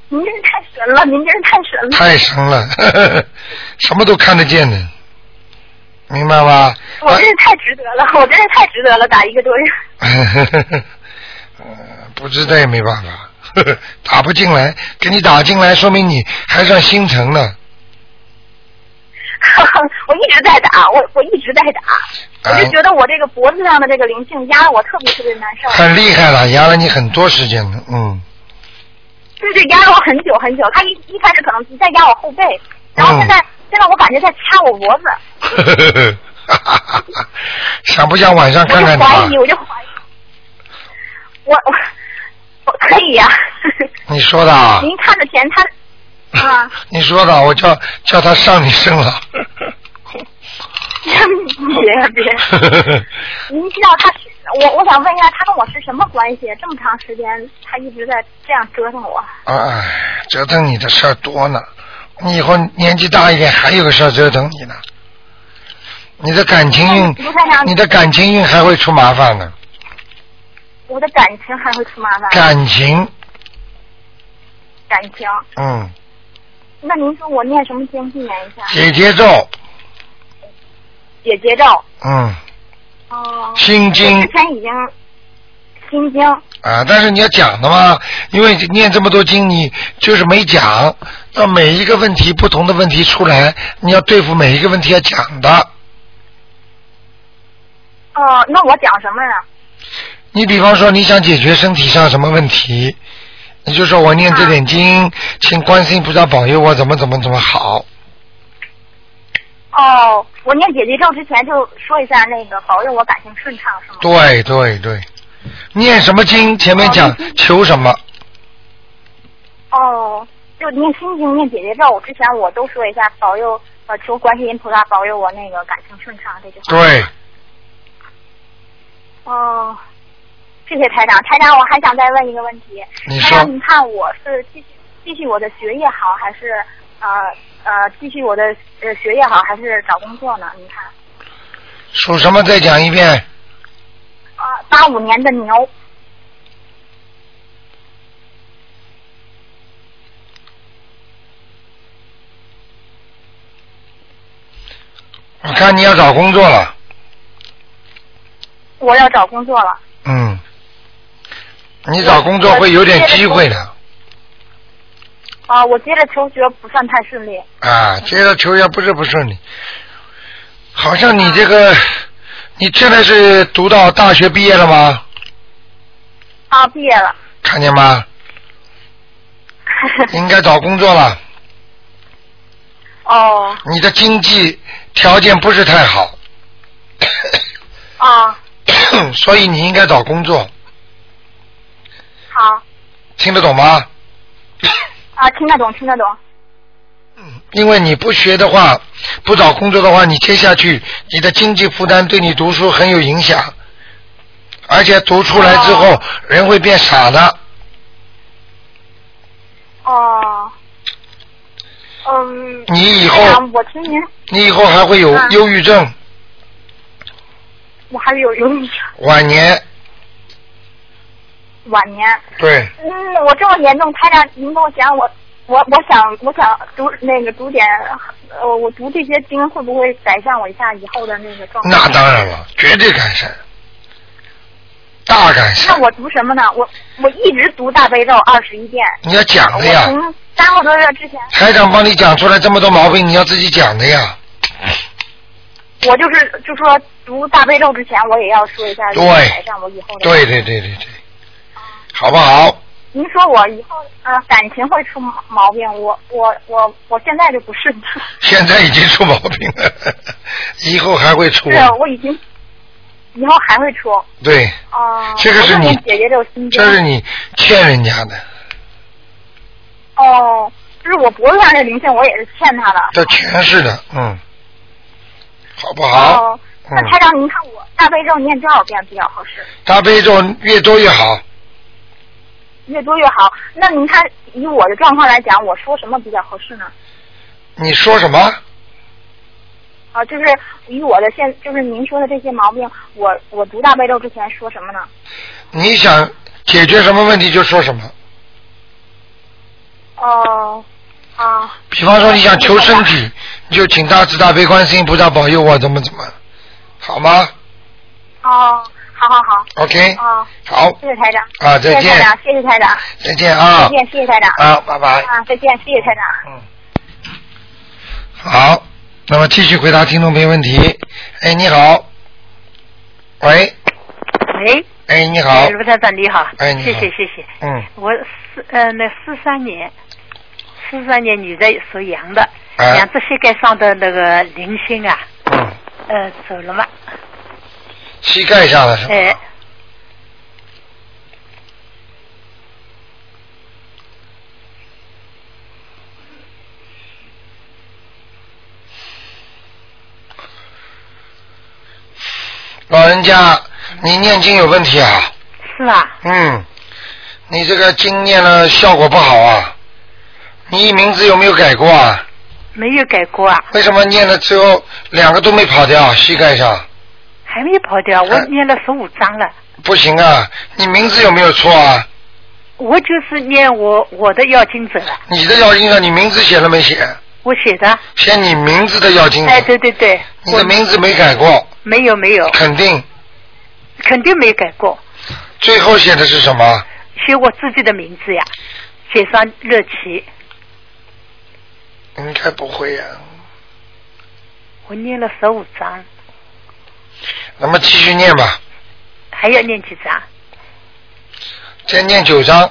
S2: 您真是太神了，您真是太神了。
S1: 太神了， 什么都看得见的，明白吗？
S2: 我真是太值得了，我真是太值得了，打一个多月。
S1: 呃，不知道也没办法， 打不进来，给你打进来，说明你还算心诚呢。
S2: 我一直在打，我我一直在打，我
S1: 哎
S2: 就觉得我这个脖子上的这个灵性压得我特别特别难受，
S1: 很厉害了，压了你很多时间了，嗯，
S2: 对对，压了我很久很久。他一一开始可能在压我后背，然后现
S1: 嗯
S2: 在、现在我感觉在掐我脖子，
S1: 想不想晚上看看
S2: 我就怀
S1: 他？
S2: 疑，我就怀疑，我我我可以呀、
S1: 你说的啊，
S2: 您看着钱他。 啊，
S1: 你说的啊，我叫叫他上你身了。
S2: 别别，您知道他是我，我想问一下，他跟我是什么关系？这么长时间，他一直在这样折腾我。
S1: 哎，折腾你的事儿多呢，你以后年纪大一点还有个事儿折腾你呢。你的感情运
S2: 那卢台，长
S1: 你的感情运还会出麻烦呢。
S2: 我的感情还会出麻烦。
S1: 感情，
S2: 感情，
S1: 嗯，
S2: 那您说我念什么经去念一下？
S1: 解结咒，
S2: 解结咒。
S1: 嗯，
S2: 哦。
S1: 心经
S2: 我之前已经心经
S1: 啊，但是你要讲的嘛，因为念这么多经，你就是没讲。那每一个问题，不同的问题出来，你要对付每一个问题要讲的。
S2: 哦，那我讲什么呀？
S1: 你比方说你想解决身体上什么问题，你就说我念这点经，请观世音菩萨保佑我怎么怎么怎么好。
S2: 哦，我念姐姐咒之前就说一下那个保佑我感情顺畅是吗？
S1: 对对对，念什么经？前面讲求什么？
S2: 哦，就念心经、念姐姐咒之前我都说一下保佑呃求观世音菩萨保佑我那个感情顺畅这句话。
S1: 对，
S2: 哦，谢谢台长。台长，我还想再问一个问题。
S1: 你
S2: 台长，
S1: 说
S7: 嗯
S2: 你看我是继续继续我的学业好，还是呃呃继续我的呃学业好，还是找工作呢？你看
S1: 属什么？再讲一遍。
S2: 啊，八、五年的牛，
S1: 我看你要找工作了，
S2: 我要找工作了。
S1: 嗯，你找工作会有点机会的
S2: 啊、我接着求学不算太顺利。
S1: 啊。接着求也不是不顺利，好像你这个，你现在是读到大学毕业了吗？
S2: 啊，毕业了。
S1: 看见吗？应该找工作了。
S2: 哦
S1: 你的经济条件不是太好，
S2: 啊，
S1: 所以你应该找工作，
S2: 好
S1: 听得懂吗？
S2: 啊，听得懂，听得懂。
S1: 因为你不学的话，不找工作的话，你接下去你的经济负担对你读书很有影响，而且读出来之后、人会变傻的。
S2: 哦，嗯。
S1: 你以后
S2: 台长我听您，
S1: 你以后还会有
S2: 啊
S1: 忧郁症，
S2: 我还有有一
S1: 晚年
S2: 晚年。
S1: 对
S2: 嗯，我这么严重，台长，您给我讲，我我我想我想读那个读点，呃，我读这些经会不会改善我一下以后的那个状况？
S1: 那当然了，绝对改善，大改善。
S2: 那我读什么呢？我我一直读大悲咒二十一遍。
S1: 你要讲的呀
S2: 我从三个多月之前，
S1: 台长帮你讲出来这么多毛病，你要自己讲的呀。
S2: 我就是就说读大悲咒之前，我也要说一下，
S1: 对
S2: 改善我以后的。
S1: 对对对对对，好不好？
S2: 您说我以后呃感情会出毛病，我我我我现在就不是，
S1: 现在已经出毛病了， 以后还会出啊
S2: 是。啊我已经以后还会出哦。
S1: 对，这个是
S2: 我就
S1: 你
S2: 想解决这个心结
S1: 这是你欠人家的，
S2: 哦，就是我脖子上这灵性，我也是欠他的。
S1: 这全是的，嗯，好不好？
S2: 哦，那
S1: 嗯
S2: 台长，您看我大悲咒念多少遍比较合适？
S1: 大悲咒越多越好，
S2: 越多越好。那您看，以我的状况来讲，我说什么比较合适呢？
S1: 你说什么？
S2: 啊，就是以我的现，就是您说的这些毛病，我我读大悲咒之前说什么呢？
S1: 你想解决什么问题就说什么。
S2: 哦，啊。
S1: 比方说你想求身体，你就请大慈大悲观世音菩萨保佑我怎么怎么，好吗？
S2: 哦，好好好。
S1: OK
S2: 哦，
S1: 好
S2: 谢谢台长。
S1: 啊再
S2: 谢谢台
S1: 见
S2: 长，谢谢台长。
S1: 再见啊
S2: 再见，谢谢台长。
S1: 啊拜拜嗯
S2: 啊，再见，谢谢台长。
S1: 好，那么继续回答听众朋友问题。哎，你好，喂，
S9: 喂，
S1: 哎，你好
S9: 哎，卢台长你好，
S1: 哎你好
S9: 谢谢谢谢，
S1: 嗯，
S9: 我四呃那四三年，四三年女的属羊的，
S1: 哎嗯
S9: 两只膝盖上的那个零星啊，呃走了吗？
S1: 膝盖上了是吧？
S9: 哎，
S1: 老人家，你念经有问题啊？
S9: 是吧？
S1: 嗯，你这个经念了效果不好啊？你名字有没有改过啊？
S9: 没有改过啊，
S1: 为什么念了之后两个都没跑掉？啊膝盖上
S9: 还没有跑
S1: 哎
S9: 掉，我念了十五章了，
S1: 不行啊？你名字有没有错啊？
S9: 我就是念我我的要经者了，
S1: 你的要经上你名字写了没写？
S9: 我写的，
S1: 写你名字的要经者
S9: 哎，对对对，
S1: 你的名字没改过，
S9: 没有没有，
S1: 肯定。
S9: 肯定没改过，
S1: 最后写的是什么？
S9: 写我自己的名字呀，写上热旗，
S1: 应该不会呀、
S9: 我念了十五章，
S1: 那么继续念吧，
S9: 还要念几章？
S1: 再念九章。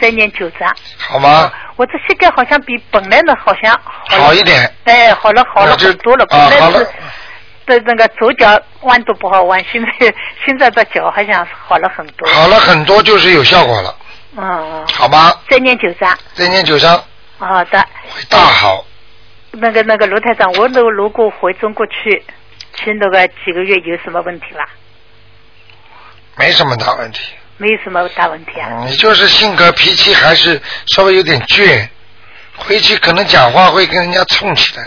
S9: 再念九章。
S1: 好吗？
S9: 我这膝盖好像比本来呢好像好
S1: 好一点。
S9: 哎，好了好了，
S1: 我就
S9: 很多了。本
S1: 啊
S9: 来
S1: 好
S9: 是
S1: 了
S9: 的那个左脚弯都不好弯，现在现在的脚好像好了很多。
S1: 好了很多就是有效果了，
S9: 嗯，
S1: 好吗？
S9: 再念九章。
S1: 再念九章
S9: 好的。
S1: 会大好。
S9: 那个那个卢台长，我如如果回中国去，去那个几个月有什么问题吧？
S1: 没什么大问题。
S9: 没有什么大问题啊。
S1: 你就是性格脾气还是稍微有点倔，回去可能讲话会跟人家冲起来。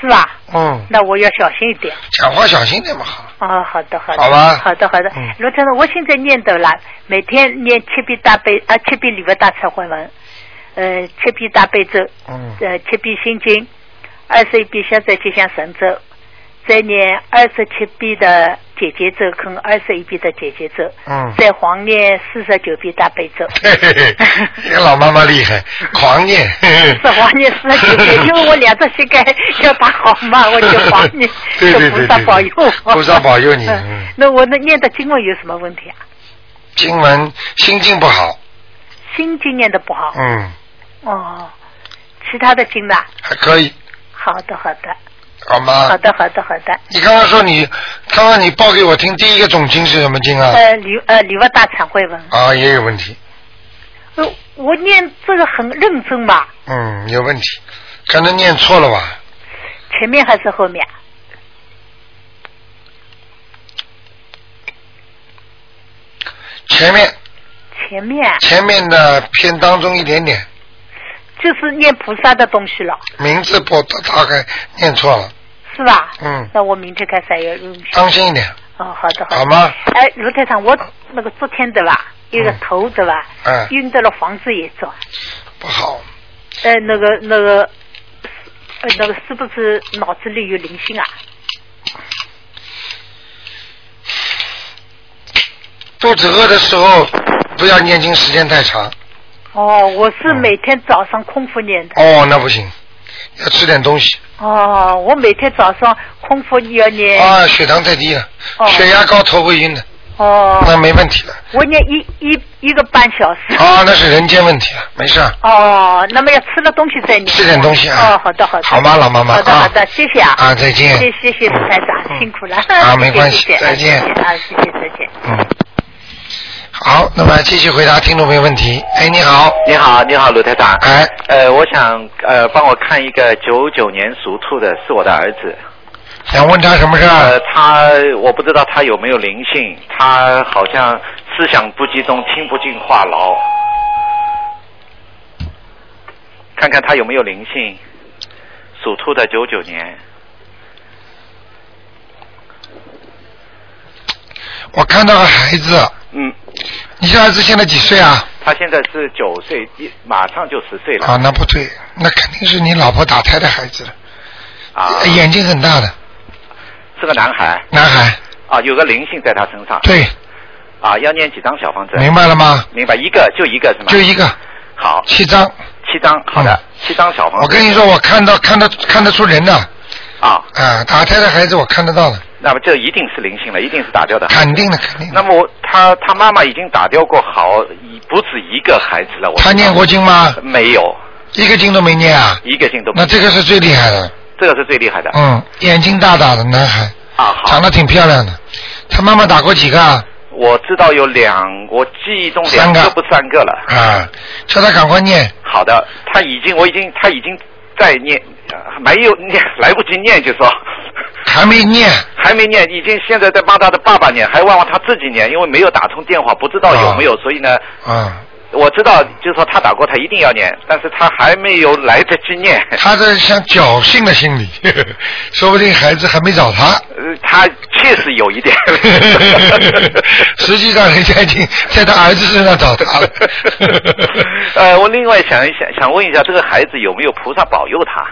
S9: 是吧？
S1: 嗯，
S9: 那我要小心一点。
S1: 讲话小心点嘛，好。
S9: 哦，好的，好的，
S1: 好吧嗯
S9: 好的，好的。卢台长，我现在念的啦，每天念七遍大悲啊，七遍礼佛大忏悔文，呃，七遍大悲咒，
S1: 嗯
S9: 呃，七遍心经，二十一遍消灾吉祥神咒，再念二十七遍的姐姐咒跟二十一遍的姐姐咒，
S1: 嗯
S9: 再黄念四十九遍大悲咒。
S1: 嘿嘿嘿， 这个老妈妈厉 害，狂念。，
S9: 是黄念四十九遍，因为我两只膝盖要打好嘛，我就黄念
S1: 对对
S9: 求
S1: 对
S9: 菩萨
S1: 对
S9: 保佑我。
S1: 菩萨保佑你
S9: 嗯
S1: 嗯
S9: 那我那念的经文有什么问题啊？
S1: 经文心境不好，
S9: 心经念的不好。
S1: 嗯，
S9: 哦，其他的经呢？
S1: 还可以，
S9: 好的，好的，
S1: 好吗？
S9: 好。的，好的，好的。
S1: 啊你刚刚说你，刚刚你报给我听第一个总经是什么经啊？
S9: 呃，礼呃礼佛大忏悔文，
S1: 啊，也有问题，
S9: 呃我念这个很认真嘛，
S1: 嗯，有问题，可能念错了吧？
S9: 前面还是后面？
S1: 前面
S9: 前面啊
S1: 前面的偏当中一点点，
S9: 就是念菩萨的东西了，
S1: 名字不大概念错了，
S9: 是吧？
S1: 嗯，
S9: 那我明天开始要用心。
S1: 当心一点，
S9: 哦，好的，好的。
S1: 好吗？
S9: 哎，卢台长，我那个昨天对吧，一个头对吧，
S1: 嗯
S9: 晕到了房子也撞。
S1: 不好，
S9: 哎，那个那个，呃，那个是不是脑子里有灵性啊？
S1: 肚子饿的时候不要念经时间太长，
S9: 哦，我是
S1: 嗯
S9: 每天早上空腹念的。
S1: 哦，那不行，要吃点东西
S9: 哦，我每天早上空腹要念。
S1: 啊，血糖太低了，
S9: 哎哦
S1: 血压高头会晕的，
S9: 哦。
S1: 那没问题了，
S9: 我念一一一个半小时。
S1: 啊，那是人间问题了，没事儿，
S9: 哦，那么要吃了东西再念。
S1: 吃点东西啊
S9: 哦，好的好的。
S1: 好吗老妈妈
S9: 好的
S1: 啊
S9: 好的，谢谢啊。
S1: 啊再见
S9: 谢谢谢谢台长，辛苦了。
S1: 啊没关系
S9: 谢谢
S1: 再见
S9: 谢谢啊，谢谢再见。
S1: 嗯。好，那么继续回答听众朋友问题。哎，你好，
S10: 你好，你好，卢台长。
S1: 哎，
S10: 呃，我想呃，帮我看一个九九年属兔的，是我的儿子。
S1: 想问他什么事啊儿？
S9: 哎
S10: 呃，他我不知道他有没有灵性，他好像思想不集中，听不进话痨。看看他有没有灵性，属兔的九九年。
S1: 我看到个孩子，
S10: 嗯，
S1: 你这儿子现在几岁啊？
S10: 他现在是九岁，一马上就十岁了。
S1: 啊，那不对，那肯定是你老婆打胎的孩子了，
S10: 啊，
S1: 眼睛很大的
S10: 是个男孩
S1: 男孩，
S10: 啊，有个灵性在他身上。
S1: 对，
S10: 啊，要念几张小房子？
S1: 明白了吗？
S10: 明白，一个就一个是吗？
S1: 就一个
S10: 好，
S1: 七张。
S10: 七张，好的，七张小房子。
S1: 嗯我跟你说，我看到看得看得出人的
S10: 啊，
S1: 啊，打胎的孩子我看得到的，
S10: 那么这一定是灵性了，一定是打掉的。
S1: 肯定的，肯定。
S10: 那么我他他妈妈已经打掉过好不止一个孩子了。我
S1: 他念过经吗？
S10: 没有，
S1: 一个经都没念啊，
S10: 一个性都不
S1: 那这个是最厉害的，
S10: 这个是最厉害的。
S1: 嗯，眼睛大大的男孩，
S10: 啊，好，
S1: 长得挺漂亮的。他妈妈打过几个啊？
S10: 我知道有两，我记忆中两
S1: 三
S10: 个
S1: 个
S10: 不三个了。
S1: 啊，叫他赶快念，
S10: 好的，他已经我已经他已经在念，呃没有念 来不及念就说。
S1: 还没念。
S10: 还没念，已经现在在帮他的爸爸念，还忘了他自己念，因为没有打通电话，不知道有没有，所以呢，
S1: 啊，
S10: 我知道，就是说他打过，他一定要念，但是他还没有来得及念。
S1: 他这像侥幸的心理， 说不定孩子还没找他，
S10: 呃，他确实有一点。
S1: 实际上人家已经在他儿子身上找他了。
S10: 呃，我另外想一想，想问一下，这个孩子有没有菩萨保佑他？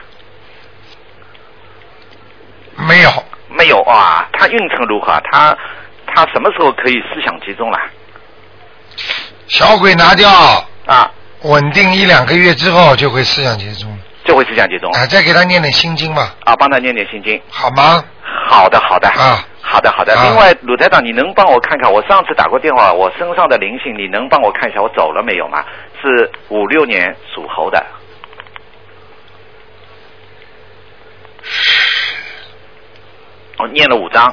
S1: 没有，
S10: 没有啊，他运程如何？他他什么时候可以思想集中了？
S1: 小鬼拿掉
S10: 啊，
S1: 稳定一两个月之后就会思想集中了。
S10: 就会思想集中
S1: 啊，再给他念点心经吧，
S10: 啊，帮他念念心经。
S1: 好吗？
S10: 好的，好的。
S1: 啊。
S10: 好的，好的。
S1: 啊
S10: 另外，鲁台长，你能帮我看看，我上次打过电话，我身上的灵性，你能帮我看一下我走了没有吗？是五六年属猴的，我哦念了五张，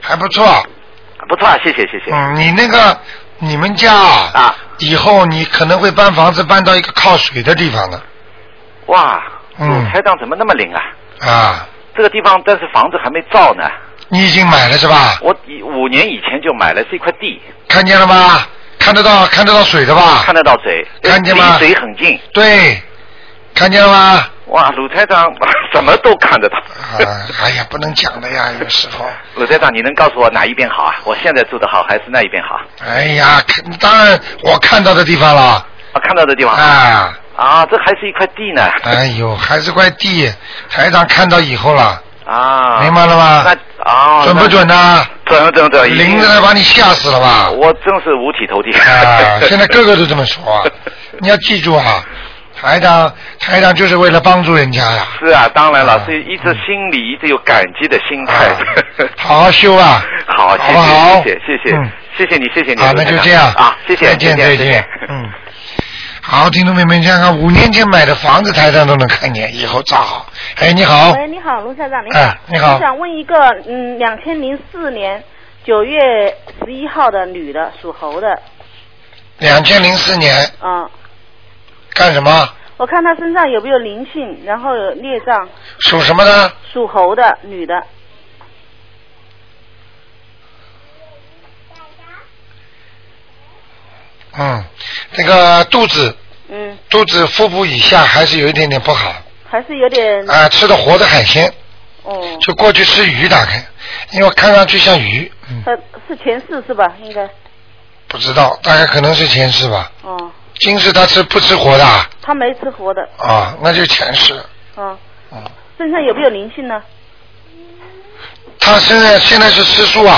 S1: 还不错。
S10: 不错，啊谢谢谢谢。
S1: 嗯，你那个你们家啊，以后你可能会搬房子搬到一个靠水的地方的
S10: 哇，
S1: 嗯
S10: 台长怎么那么灵啊？
S1: 啊。
S10: 这个地方但是房子还没造呢，
S1: 你已经买了是 吧？
S10: 我以五年以前就买了这块地，
S1: 看见了吗？看得到看得到水的吧？
S10: 看得到水，
S1: 看见吗
S10: 离水很近。
S1: 对，看见了吗？
S10: 哇，鲁台长 什么都看得到。
S1: 啊，哎呀，不能讲的呀，有时候。
S10: 鲁台长，你能告诉我哪一边好啊？我现在住的好还是那一边好？
S1: 哎呀，看当然我看到的地方了。
S10: 啊，看到的地方。
S1: 啊。
S10: 啊，这还是一块地呢。
S1: 哎呦，还是块地，台长看到以后了，
S10: 啊。
S1: 明白了吗
S10: 那啊，
S1: 准不
S10: 那
S1: 准呐？
S10: 准准准。
S1: 灵着来把你吓死了吧
S10: 我真是五体投地。
S1: 啊，现在个个都这么说啊，你要记住啊，台长台长就是为了帮助人家呀、
S10: 是啊，当然了，是一直心里一直有感激的心态。
S1: 好好修啊。
S10: 好，谢
S1: 好不好
S10: 谢谢谢谢
S1: 嗯
S10: 谢谢谢你谢谢你。
S1: 好，
S10: 卢
S1: 那
S10: 台
S1: 就
S10: 长
S1: 这样
S10: 啊，谢谢
S1: 再见再
S10: 再
S1: 见。嗯，好，听众朋友们，想想看五年前买的房子，台上都能看见，以后造好。哎，你好，
S11: 喂，你好，卢校长，你好。
S1: 哎你好
S11: 我想问一个，嗯，两千零四年九月十一号的女的，属猴的，
S1: 两千零四年
S11: 嗯，
S1: 干什么？
S11: 我看她身上有没有灵性，然后有孽障，
S1: 属什么呢？
S11: 属猴的女的，
S1: 嗯，这个肚子
S11: 嗯，
S1: 肚子腹部以下还是有一点点不好
S11: 还是有点
S1: 啊，吃的活的海鲜，
S11: 哦，
S1: 就过去吃鱼打开，因为我看上去像鱼，嗯
S11: 她呃是前世是吧？应该，
S1: 不知道大概可能是前世吧，
S11: 哦，
S1: 今世他吃不吃活的啊？
S11: 她没吃活的，
S1: 啊，那就前世。
S11: 嗯，
S1: 嗯，
S11: 身上有没有灵性呢？
S1: 他现在现在是吃素啊，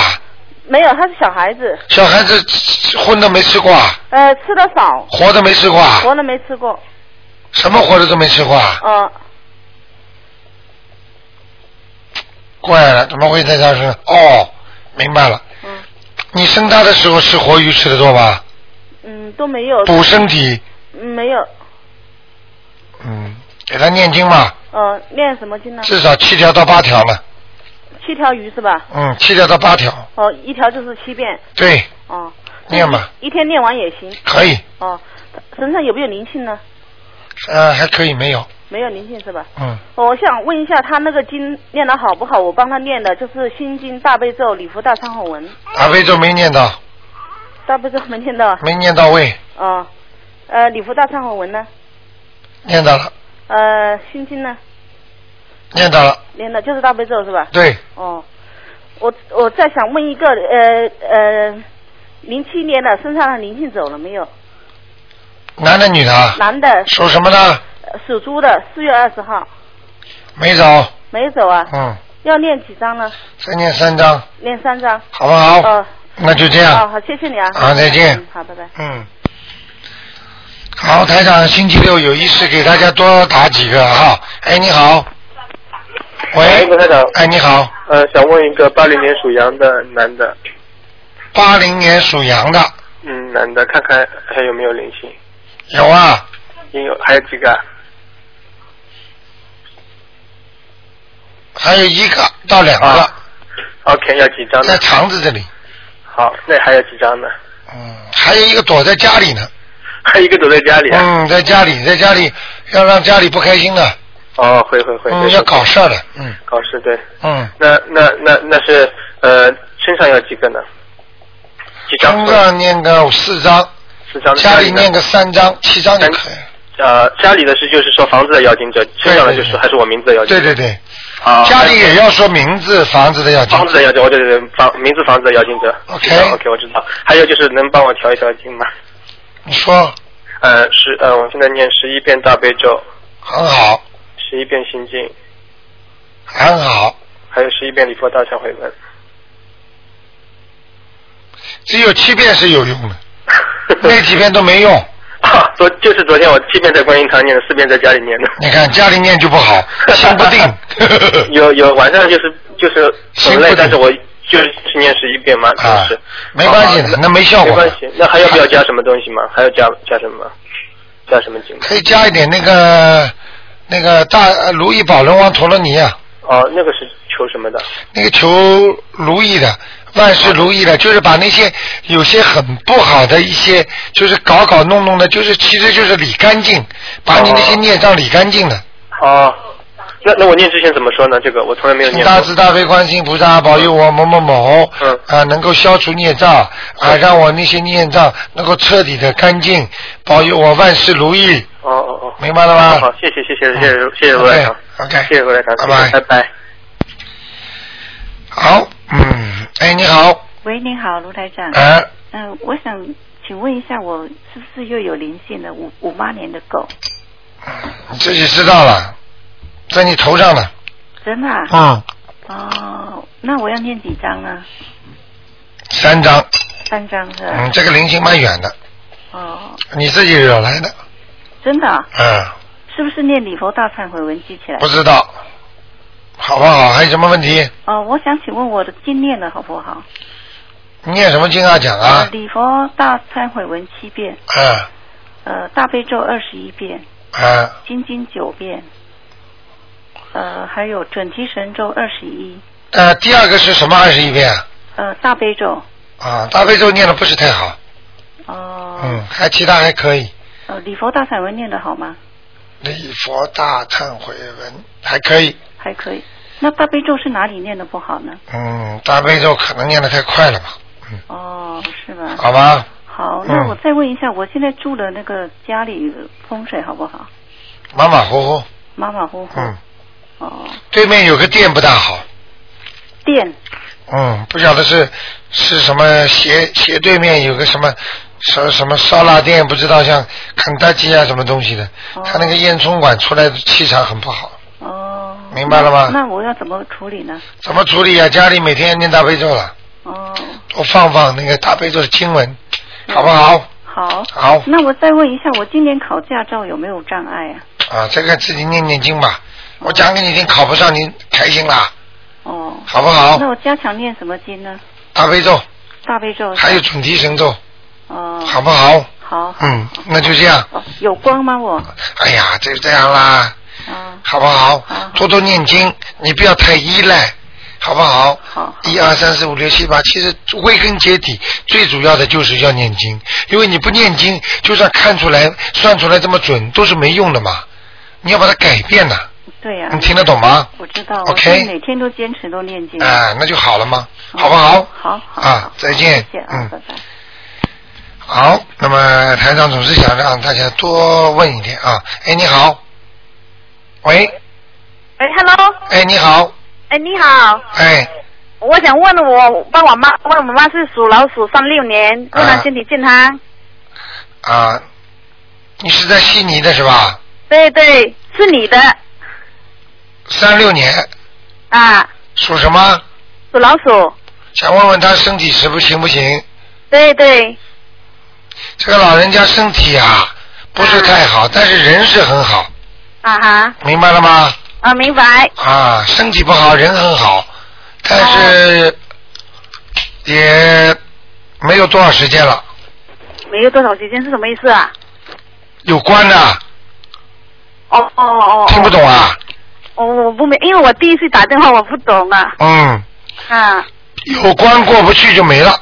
S11: 没有，她是小孩子，
S1: 小孩子吃荤的没吃过啊，
S11: 呃，吃的少，
S1: 活的没吃过啊，
S11: 活的没吃过，
S1: 什么活的都没吃过啊，
S11: 嗯，
S1: 怪了，怎么会在他身上？哦，明白了。
S11: 嗯。
S1: 你生他的时候吃活鱼吃的多吧？
S11: 嗯，都没有。
S1: 补身体，
S11: 嗯。没有，
S1: 嗯，给他念经嘛，
S11: 呃，念什么经呢？
S1: 至少七条到八条了，
S11: 七条鱼是吧？
S1: 嗯，七条到八条，
S11: 哦，一条就是七遍。
S1: 对，
S11: 哦，
S1: 念吧，
S11: 一天念完也行。
S1: 可以，
S11: 哦，身上有没有灵性呢？
S1: 呃，还可以没有，
S11: 没有灵性是吧？
S1: 嗯，
S11: 哦我想问一下，他那个经念得好不好？我帮他念的就是心经、大悲咒、礼佛大忏悔文。
S1: 大悲咒没念到，
S11: 大悲咒没念到啊。
S1: 没念到位，
S11: 哦，呃，礼佛大忏悔文呢？
S1: 念到了，
S11: 呃，心经呢？
S1: 念到了，
S11: 念的就是大悲咒是吧？
S1: 对，
S11: 哦，我我再想问一个，呃呃，零七年的身上的灵性走了没有？
S1: 男的女的啊，
S11: 男的。
S1: 属什么呢？
S11: 呃？属猪的，四月二十号
S1: 没走，
S11: 没走啊？
S1: 嗯，
S11: 要念几张呢？
S1: 再念三张，
S11: 念三张。
S1: 好不好
S11: 哦、
S1: 那就这样
S11: 哦，好，谢谢你啊。
S1: 好再见
S11: 嗯好，拜拜。
S1: 嗯。好，台长，星期六有意识给大家多打几个哈。哎，你好，喂，
S12: 卢台长，
S1: 哎，你好，
S12: 呃，想问一个八零年属羊的男的，
S1: 八零年属羊的
S12: 嗯，男的，看看还有没有灵性，
S1: 有啊，
S12: 也有，还有几个啊？
S1: 还有一个到两个，
S12: 啊 OK，要几张呢
S1: 在？肠子这里，嗯
S12: 好，那还有几张呢？
S1: 还有一个躲在家里呢。
S12: 还有一个躲在家里啊？
S1: 嗯，在家里，在家里要让家里不开心的，
S12: 哦，会会会，
S1: 嗯，
S12: 对
S1: 要搞事儿的，嗯
S12: 搞事对。
S1: 嗯。
S12: 那那那那是呃，身上要几个呢？几张
S1: 身？上念个四张，
S12: 四张。
S1: 家里
S12: 呢
S1: 念个三张，七张就可以。
S12: 呃，家里的是就是说房子的要经者，身上的就是还是我名字的要经
S1: 对
S12: 者。
S1: 对对，
S12: 啊，
S1: 家里也要说名字、房子的要紧
S12: 房子的要经，我对对对，房名字房子的要经者。
S1: 啊 OK
S12: OK，我知道。还有就是能帮我调一调经吗？
S1: 你说
S12: 呃，是呃，我现在念十一遍大悲咒，
S1: 很好，
S12: 十一遍心经，
S1: 很好，
S12: 还有十一遍礼佛大忏悔文。
S1: 只有七遍是有 用的，那几遍都没用。
S12: 啊，昨就是昨天我七遍在观音堂念的，四遍在家里念的。
S1: 你看家里念就不好，心不定。
S12: 有有晚上就是就是很累，但是我就是是念十一遍吗？
S1: 啊
S12: 就是
S1: 没关系的
S12: 好
S1: 那没效果
S12: 没关系，那还要不要加什么东西吗？还要加加什么？加什么经？
S1: 可以加一点那个那个大呃如意宝轮王陀罗尼啊，
S12: 哦，那个是求什么的？
S1: 那个求如意的，万事如意的，就是把那些有些很不好的一些，就是搞搞弄弄的，就是其实就是理干净，把你那些孽障理干净的。
S12: 哦，那那我念之前怎么说呢？这个我从来没有
S1: 请
S12: 念
S1: 大
S12: 过。
S1: 慈大悲观世音菩萨保佑我某某某，
S12: 嗯，
S1: 啊，能够消除孽障，啊，让我那些孽障能够彻底的干净，保佑我万事如意。
S12: 哦哦哦，
S1: 明白了吗
S12: 好好，谢谢谢谢谢谢谢谢罗台长
S1: OK，
S12: 谢谢罗台长，
S1: 拜拜
S12: 拜拜。
S1: 好，嗯，哎，你好，
S13: 喂，您好，卢台长。
S1: 哎
S13: 嗯、我想请问一下，我是不是又有灵性了？五五八年的狗，
S1: 你自己知道了，在你头上了，
S13: 真的、啊？
S1: 嗯，
S13: 哦，那我要念几张呢？
S1: 三张，
S13: 三张是吧？
S1: 嗯，这个灵性蛮远的，
S13: 哦，
S1: 你自己惹来的，
S13: 真的啊、
S1: 嗯，
S13: 是不是念礼佛大忏悔文记起来？
S1: 不知。道，好不好？还有什么问题？
S13: 哦，我想请问我的经念的好不好？
S1: 念什么经啊？讲
S13: 呃
S1: 啊，
S13: 礼佛大忏悔文七遍，
S1: 嗯
S13: 呃，大悲咒二十一遍，
S1: 嗯，
S13: 心经九遍，呃，还有准提神咒二十一，
S1: 呃，第二个是什么？二十一遍
S13: 呃，大悲咒。
S1: 啊，大悲咒念的不是太好，
S13: 哦，
S1: 嗯，还其他还可以，
S13: 呃，礼佛大忏文念的好吗？
S1: 礼佛大忏悔文还可以，
S13: 还可以。那大悲咒是哪里念的不好呢？
S1: 嗯，大悲咒可能念的太快了吧，
S13: 哦，是吧？
S1: 好吧？
S13: 好，
S1: 嗯
S13: 那我再问一下，我现在住的那个家里风水好不好？
S1: 马马虎虎，
S13: 马马虎虎。
S1: 嗯，
S13: 哦，
S1: 对面有个店不大好，
S13: 电
S1: 嗯，不晓得是是什么斜斜对面有个什么什什么烧腊店，不知道像肯德基啊什么东西的，
S13: 哦
S1: 他那个烟囱管出来的气场很不好。哦。明白了吗？
S13: 嗯那我要怎么处理呢？
S1: 怎么处理啊？家里每天念大悲咒了。哦。多放放那个大悲咒的经文，
S13: 嗯
S1: 好不好？
S13: 好。
S1: 好
S13: 那我再问一下，我今年考驾照有没有障碍啊？
S1: 啊，这个自己念念经吧。我讲给你听，考不上你开心啦，
S13: 哦。
S1: 好不好
S13: 那我加强念什么经呢？
S1: 大悲咒
S13: 大悲咒。
S1: 还有准提神咒，
S13: 哦。
S1: 好不好？
S13: 好。
S1: 嗯，那就这样。
S13: 有光吗？我。啊
S1: 哎呀，就这样啦，好不好？多多念经，你不要太依赖，好不好？一二三四五六七八，其实归根结底，最主要的就是要念经，因为你不念经，就算看出来、算出来这么准，都是没用的嘛。你要把它改变呐，
S13: 对呀、
S1: 你听得懂吗？
S13: 我知道。
S1: 嗯 OK
S13: 我是每天都坚持都念经。
S1: 啊，那就好了嘛，
S13: 嗯
S1: 好不好？
S13: 好。
S1: 啊，再见
S13: 谢谢，啊
S1: 嗯。好，那么台长总是想让大家多问一点啊。哎，你好，喂，
S2: 喂，Hello，
S1: 哎，你好，
S2: 哎，你好，
S1: 哎，
S2: 我想问我帮我妈，问我妈是属老鼠，三六年，问她身体健康。
S1: 啊，你是在悉尼的是吧？
S2: 对对，是你的
S1: 三六年
S2: 啊，
S1: 属什么？
S2: 属老鼠。
S1: 想问问他身体是不行不行？
S2: 对对，
S1: 这个老人家身体啊不是太
S13: 啊
S1: 好，但是人是很好，
S2: 啊哈，
S1: 明白了吗？
S2: 啊明白，
S1: 啊，身体不好，人很好，但是也没有多少时间了，
S2: 没有多少时间是什么意思啊？
S1: 有关的，
S2: 哦哦哦，
S1: 听不懂啊？
S2: 哦，我不明，因为我第一次打电话我不懂啊，
S1: 嗯，
S2: 啊，
S1: 有关过不去就没了，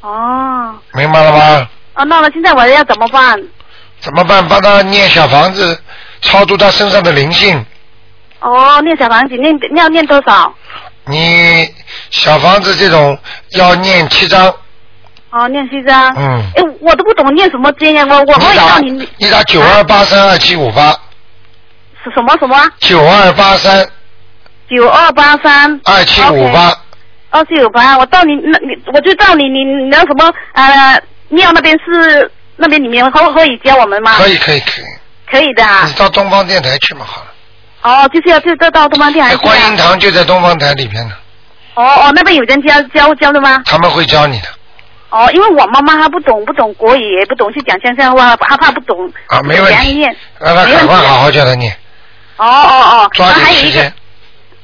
S2: 哦，
S1: 明白了吗？
S2: 哦，那么现在我要怎么办？
S1: 怎么办？帮他念小房子，超度他身上的灵性。
S2: 哦，念小房子念要念多少？
S1: 你小房子这种要念七章，
S2: 哦，念七张。
S1: 嗯，
S2: 哎，我都不懂念什么经啊，我我我也让你
S1: 你打九二八三二七五八，
S2: 是什么什么啊
S1: 九二八三
S2: 九二八三
S1: 二七五八，
S2: 啊二七五啊八，我到你那你我就到你你你那什么呃庙那边是那边里面可可以教我们吗？
S1: 可以嗯可以可以，
S2: 可以的啊
S1: 你。到东方电台去嘛好了，
S2: 哦，就是要就到到东方电台去
S1: 观音
S2: 啊。
S1: 堂就在东方台里边呢，
S2: 哦哦，那边有人教教教的吗？
S1: 他们会教你的
S2: 哦，因为我妈妈她不懂不懂国语，也不懂去讲乡下话，她怕不懂。
S1: 啊，没问
S2: 讲
S1: 题，
S2: 念
S1: 让他
S2: 没
S1: 赶
S2: 问题
S1: 快
S14: 啊
S1: 好好叫他念，
S2: 哦哦哦，那
S1: 抓紧
S2: 还有
S1: 时
S2: 一个
S1: 间，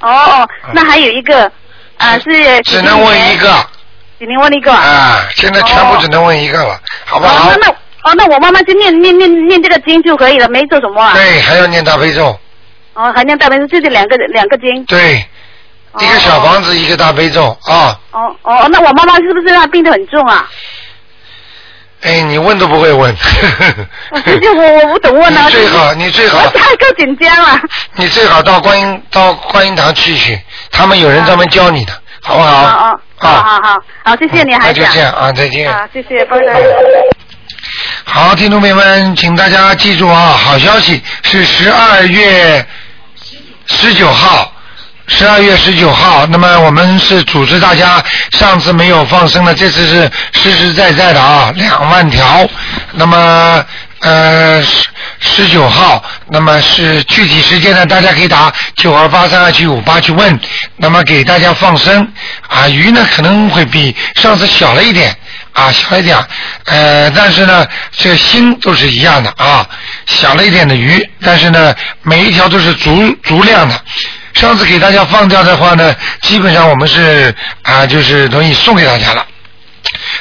S1: 嗯
S2: 哦哦，那还有一个，
S14: 啊，是
S1: 只能问一个，
S14: 只能问一个
S1: 啊，现在全部只能问一个了，好不好
S14: 哦，？那那哦，那我妈妈就念念念念这个经就可以了，没做什么啊。
S1: 对，哎还要念大悲咒，
S14: 哦，还念大悲咒，就这两个两个经。
S1: 对，一个小房子，一个大悲咒啊。
S14: 哦哦，那我妈妈是不是她病得很重啊？
S1: 哎，你问都不会问，
S14: 我直接我我不懂问啊。
S1: 你最好你最好
S14: 我太够紧张了。
S1: 你最好到观音到观音堂去去，他们有人专门教你的，好不好？
S14: 哦哦，好好好，好，谢谢你，
S1: 那
S14: 孩
S1: 就
S14: 子。
S1: 这样啊，再见。嗯
S14: 好，谢谢，拜拜。
S1: 好，听众朋友们，请大家记住啊，好消息是十二月十九号，十二月十九号。那么我们是组织大家，上次没有放生的，这次是实实在在的啊，两万条。那么呃十十九号，那么是具体时间呢，大家可以打九二八三二七五八去问。那么给大家放生啊，鱼呢可能会比上次小了一点。啊，小了一点，呃，但是呢，这心都是一样的啊，小了一点的鱼，但是呢，每一条都是足足量的。上次给大家放掉的话呢，基本上我们是啊，就是等于送给大家了。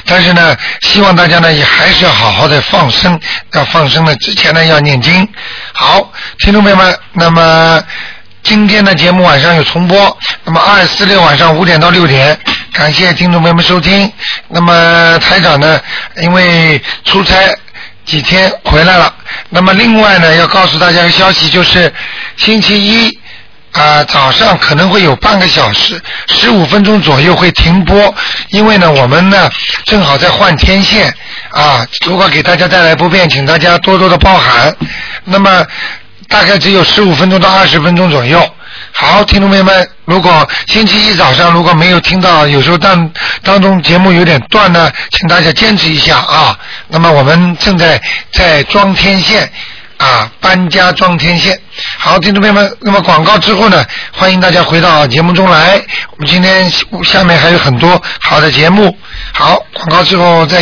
S1: 但是呢，希望大家呢也还是要好好的放生，要放生呢之前呢要念经。好，听众朋友们，那么今天的节目晚上有重播，那么二四六晚上五点到六点，感谢听众朋友们收听。那么台长呢，因为出差。几天回来了，那么另外呢，要告诉大家一个消息，就是星期一啊、早上可能会有半个小时，十五分钟左右会停播，因为呢，我们呢正好在换天线啊，如果给大家带来不便，请大家多多的包涵。那么大概只有十五分钟到二十分钟左右。好，听众朋友们，如果星期一早上如果没有听到，有时候当当中节目有点断呢，请大家坚持一下啊。那么我们正在在装天线啊，搬家装天线。好，听众朋友们，那么广告之后呢，欢迎大家回到节目中来。我们今天下面还有很多好的节目。好，广告之后再见。